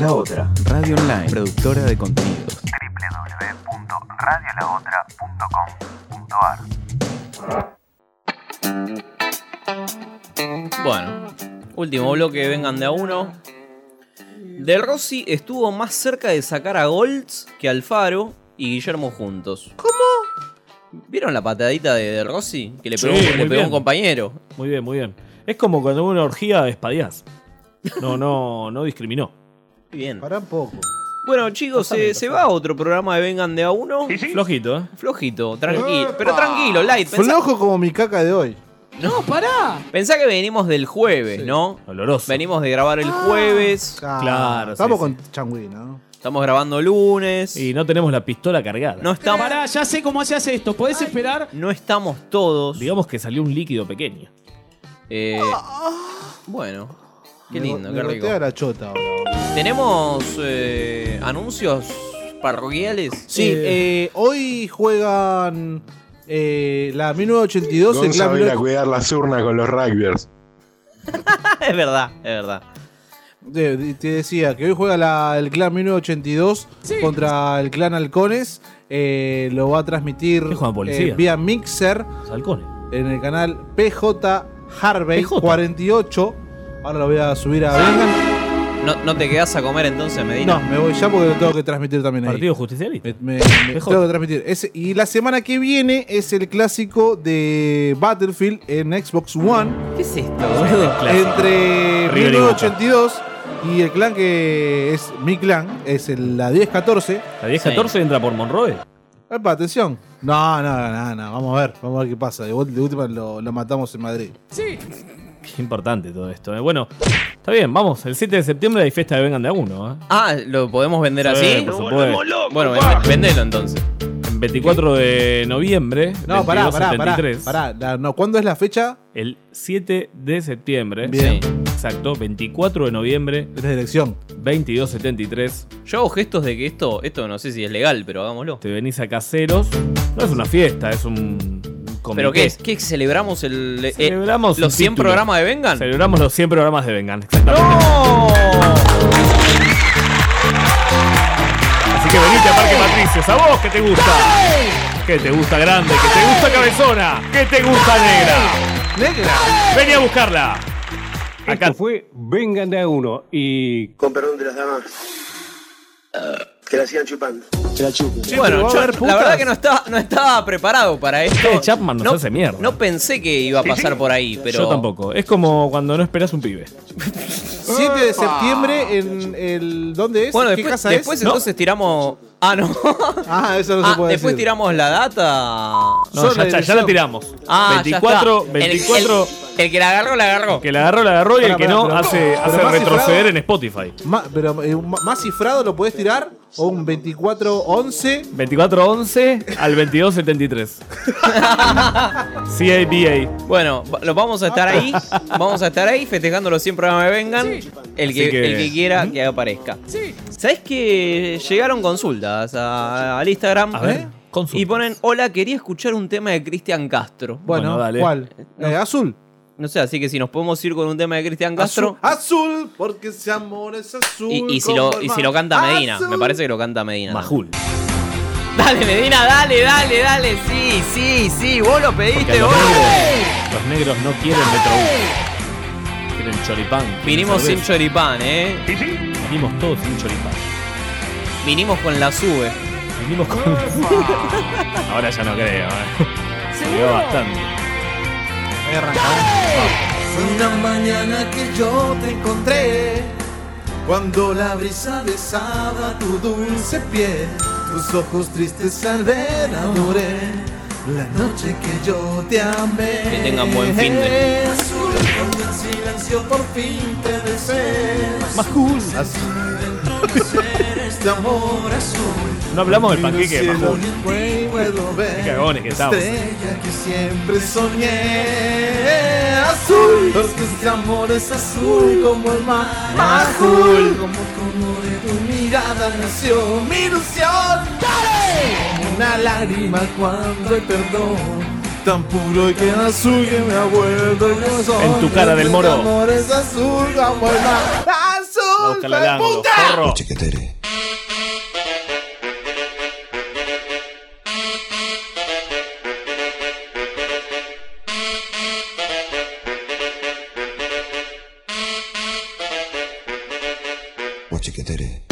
S16: La Otra, Radio Online, productora de contenidos.
S18: www.radiolaotra.com.ar
S1: Bueno, último bloque, vengan de a uno. De Rossi estuvo más cerca de sacar a Golds que Alfaro y Guillermo juntos. ¿Cómo? ¿Vieron la patadita de, De Rossi? Que le pegó,
S2: Sí,
S1: le
S2: muy
S1: pegó
S2: bien.
S1: un compañero.
S2: Muy bien, muy bien. Es como cuando hubo una orgía espadías. No, no, no discriminó.
S1: Bien.
S3: Pará un poco.
S1: Bueno, chicos, se, se va otro programa de Vengan de a uno.
S2: Flojito, ¿eh?
S1: Flojito, tranquilo. Pero tranquilo, light. Pensá,
S3: Flojo como mi caca de hoy.
S1: No, pará. pensá que venimos del jueves, ¿no?
S2: Oloroso.
S1: Venimos de grabar el jueves.
S3: Ah. Estamos con Changui, ¿no?
S1: Estamos grabando lunes.
S2: Y no tenemos la pistola cargada.
S1: No estamos.
S19: Pará, ya sé cómo se hace esto. ¿Podés esperar?
S1: No estamos todos.
S2: Digamos que salió un líquido pequeño.
S1: Eh,
S19: Ah.
S1: bueno, qué
S3: Me-
S1: lindo,
S3: me
S1: qué rico.
S3: gotea la chota ahora.
S1: Tenemos eh, anuncios parroquiales?
S3: Sí, eh, hoy juegan eh, la 1982 en
S13: Gonza va a ir a
S3: Glasgow.
S13: cuidar las urnas con los rugbyers.
S1: es verdad, es verdad.
S3: Te, Eh, te decía que hoy juega la- el clan 1982 contra el clan Halcones. Eh, lo va a transmitir
S2: policía?
S3: eh, vía Mixer en el canal PJ Harvey 48. Ahora lo voy a subir a Vengan.
S1: ¿No, no te quedás a comer entonces, Medina?
S3: No, me voy ya porque lo tengo que transmitir también ahí.
S2: ¿Partido justicialista?
S3: Me- me- tengo que transmitir. Ese- y la semana que viene es el clásico de Battlefield en Xbox One.
S1: ¿Qué es esto, boludo? Clásico.
S3: Entre
S1: River y
S3: 1982 y el clan que es mi clan, es el- la 10-14.
S2: La 10-14 entra por Monroe.
S3: Epa, atención. No, no, no, no, vamos a ver, vamos a ver qué pasa. De, vol- de última lo, lo matamos en Madrid.
S2: Sí. Qué importante todo esto. eh. Bueno, está bien, vamos. El 7 de septiembre hay fiesta de Vengan de a uno. ¿eh?
S1: Ah, ¿lo podemos vender
S2: Sí,
S1: así?
S2: por supuesto.
S1: bueno, ven- vendelo entonces.
S2: 24 de noviembre.
S3: No, pará,
S2: 22,
S3: pará, pará,
S2: 73.
S3: pará. La- no, ¿Cuándo es la fecha?
S2: El 7 de septiembre.
S3: Bien.
S2: Sí, Exacto, 24 de noviembre.
S3: Es de elección.
S2: 2273.
S1: Yo hago gestos de que esto, esto no sé si es legal, pero hagámoslo.
S2: Te venís a caseros. No es una fiesta, es un.
S1: ¿Pero qué es? ¿Qué celebramos el, eh,
S2: Celebramos
S1: los 100 programas de Vengan?
S2: Celebramos los 100 programas de Vengan, exactamente. Así que venite a Parque Patricios, a vos que te gusta. Que te gusta grande, que te gusta cabezona, que te gusta negra.
S3: ¡Negra!
S2: Vení a buscarla. Acá
S20: fue Vengan de a uno y. Con perdón de las damas. que la sigan chupando. Que la chupen.
S1: bueno, yo- la verdad que no estaba, no estaba preparado para esto.
S2: Chapman nos
S1: no,
S2: hace mierda.
S1: No pensé que iba a pasar por ahí, pero.
S2: Yo tampoco. Es como cuando no esperas un pibe.
S3: 7 de
S1: Ah,
S3: septiembre en el. ¿Dónde es?
S1: Bueno,
S3: ¿Qué
S1: después,
S3: casa
S1: después
S3: es?
S1: entonces tiramos. Ah, no.
S3: Ah, eso no se
S1: Ah,
S3: puede
S1: después
S3: decir.
S1: tiramos la data.
S2: No, ya, está, ya la tiramos.
S1: Ah, ya
S2: 24,
S1: está. El-
S2: 24.
S1: El, el que la agarró, la agarró.
S2: Que la agarró, la agarró y
S3: Pará,
S2: el que
S3: pará,
S2: no
S3: pará.
S2: hace,
S3: Pero
S2: hace
S3: más
S2: retroceder
S3: cifrado.
S2: en Spotify.
S3: Ma- pero eh, ma- más cifrado lo podés tirar o un 24-11.
S2: 2411 al 2273. CABA.
S1: Bueno, va- lo vamos a estar ahí. Vamos a estar ahí festejando los 100 programas que vengan. El, que,
S2: Así que-
S1: el que quiera que aparezca. ¿Sabés que llegaron consultas a- al Instagram?
S2: A ver,
S1: ¿Eh? Y ponen: Hola, quería escuchar un tema de Cristian Castro.
S3: Bueno, ¿cuál? Eh, azul.
S1: No sé, así que si nos podemos ir con un tema de Cristian Castro.
S3: Azul, azul, porque ese amor es azul.
S1: Y, y si
S3: como
S1: lo,
S3: el
S1: y
S3: mar.
S1: si lo canta Medina,
S3: Azul.
S1: me parece que lo canta Medina.
S2: Majul.
S1: Dale, Medina, dale, dale, dale. Sí, sí, sí. Vos lo
S2: Porque a
S1: pediste,
S2: los
S1: vos. lo
S2: negros, los negros no quieren Metrobús. Quieren choripán. quieren
S1: Vinimos sin
S2: cerveza.
S1: choripán, ¿eh?
S2: Vinimos todos sin choripán.
S1: Vinimos con la sube.
S2: Vinimos con Ahora ya no creo, eh. Se vio bastante.
S3: Fue una mañana que yo te encontré Cuando la brisa besaba tu dulce piel Tus ojos tristes al ver adoré La noche que yo te amé
S1: Que tengan buen fin de-
S3: Azul, cuando en silencio por fin te besé
S2: Más
S3: Este amor azul
S2: No hablamos del panqueque de
S3: Cielo
S2: Majul.
S3: en ti puedo ver
S2: Qué cagones que estamos.
S3: estrella que siempre soñé azul porque este amor es azul como el mar azul como como de tu mirada nació mi ilusión Como una lágrima cuando hay perdón tan puro y que azul que me ha vuelto el corazón
S2: En tu cara del moro.
S3: Este amor es azul como el mar
S2: Va a
S3: azul
S2: buscarla al ángulo,
S3: puta
S2: forro.
S9: Chiquetere.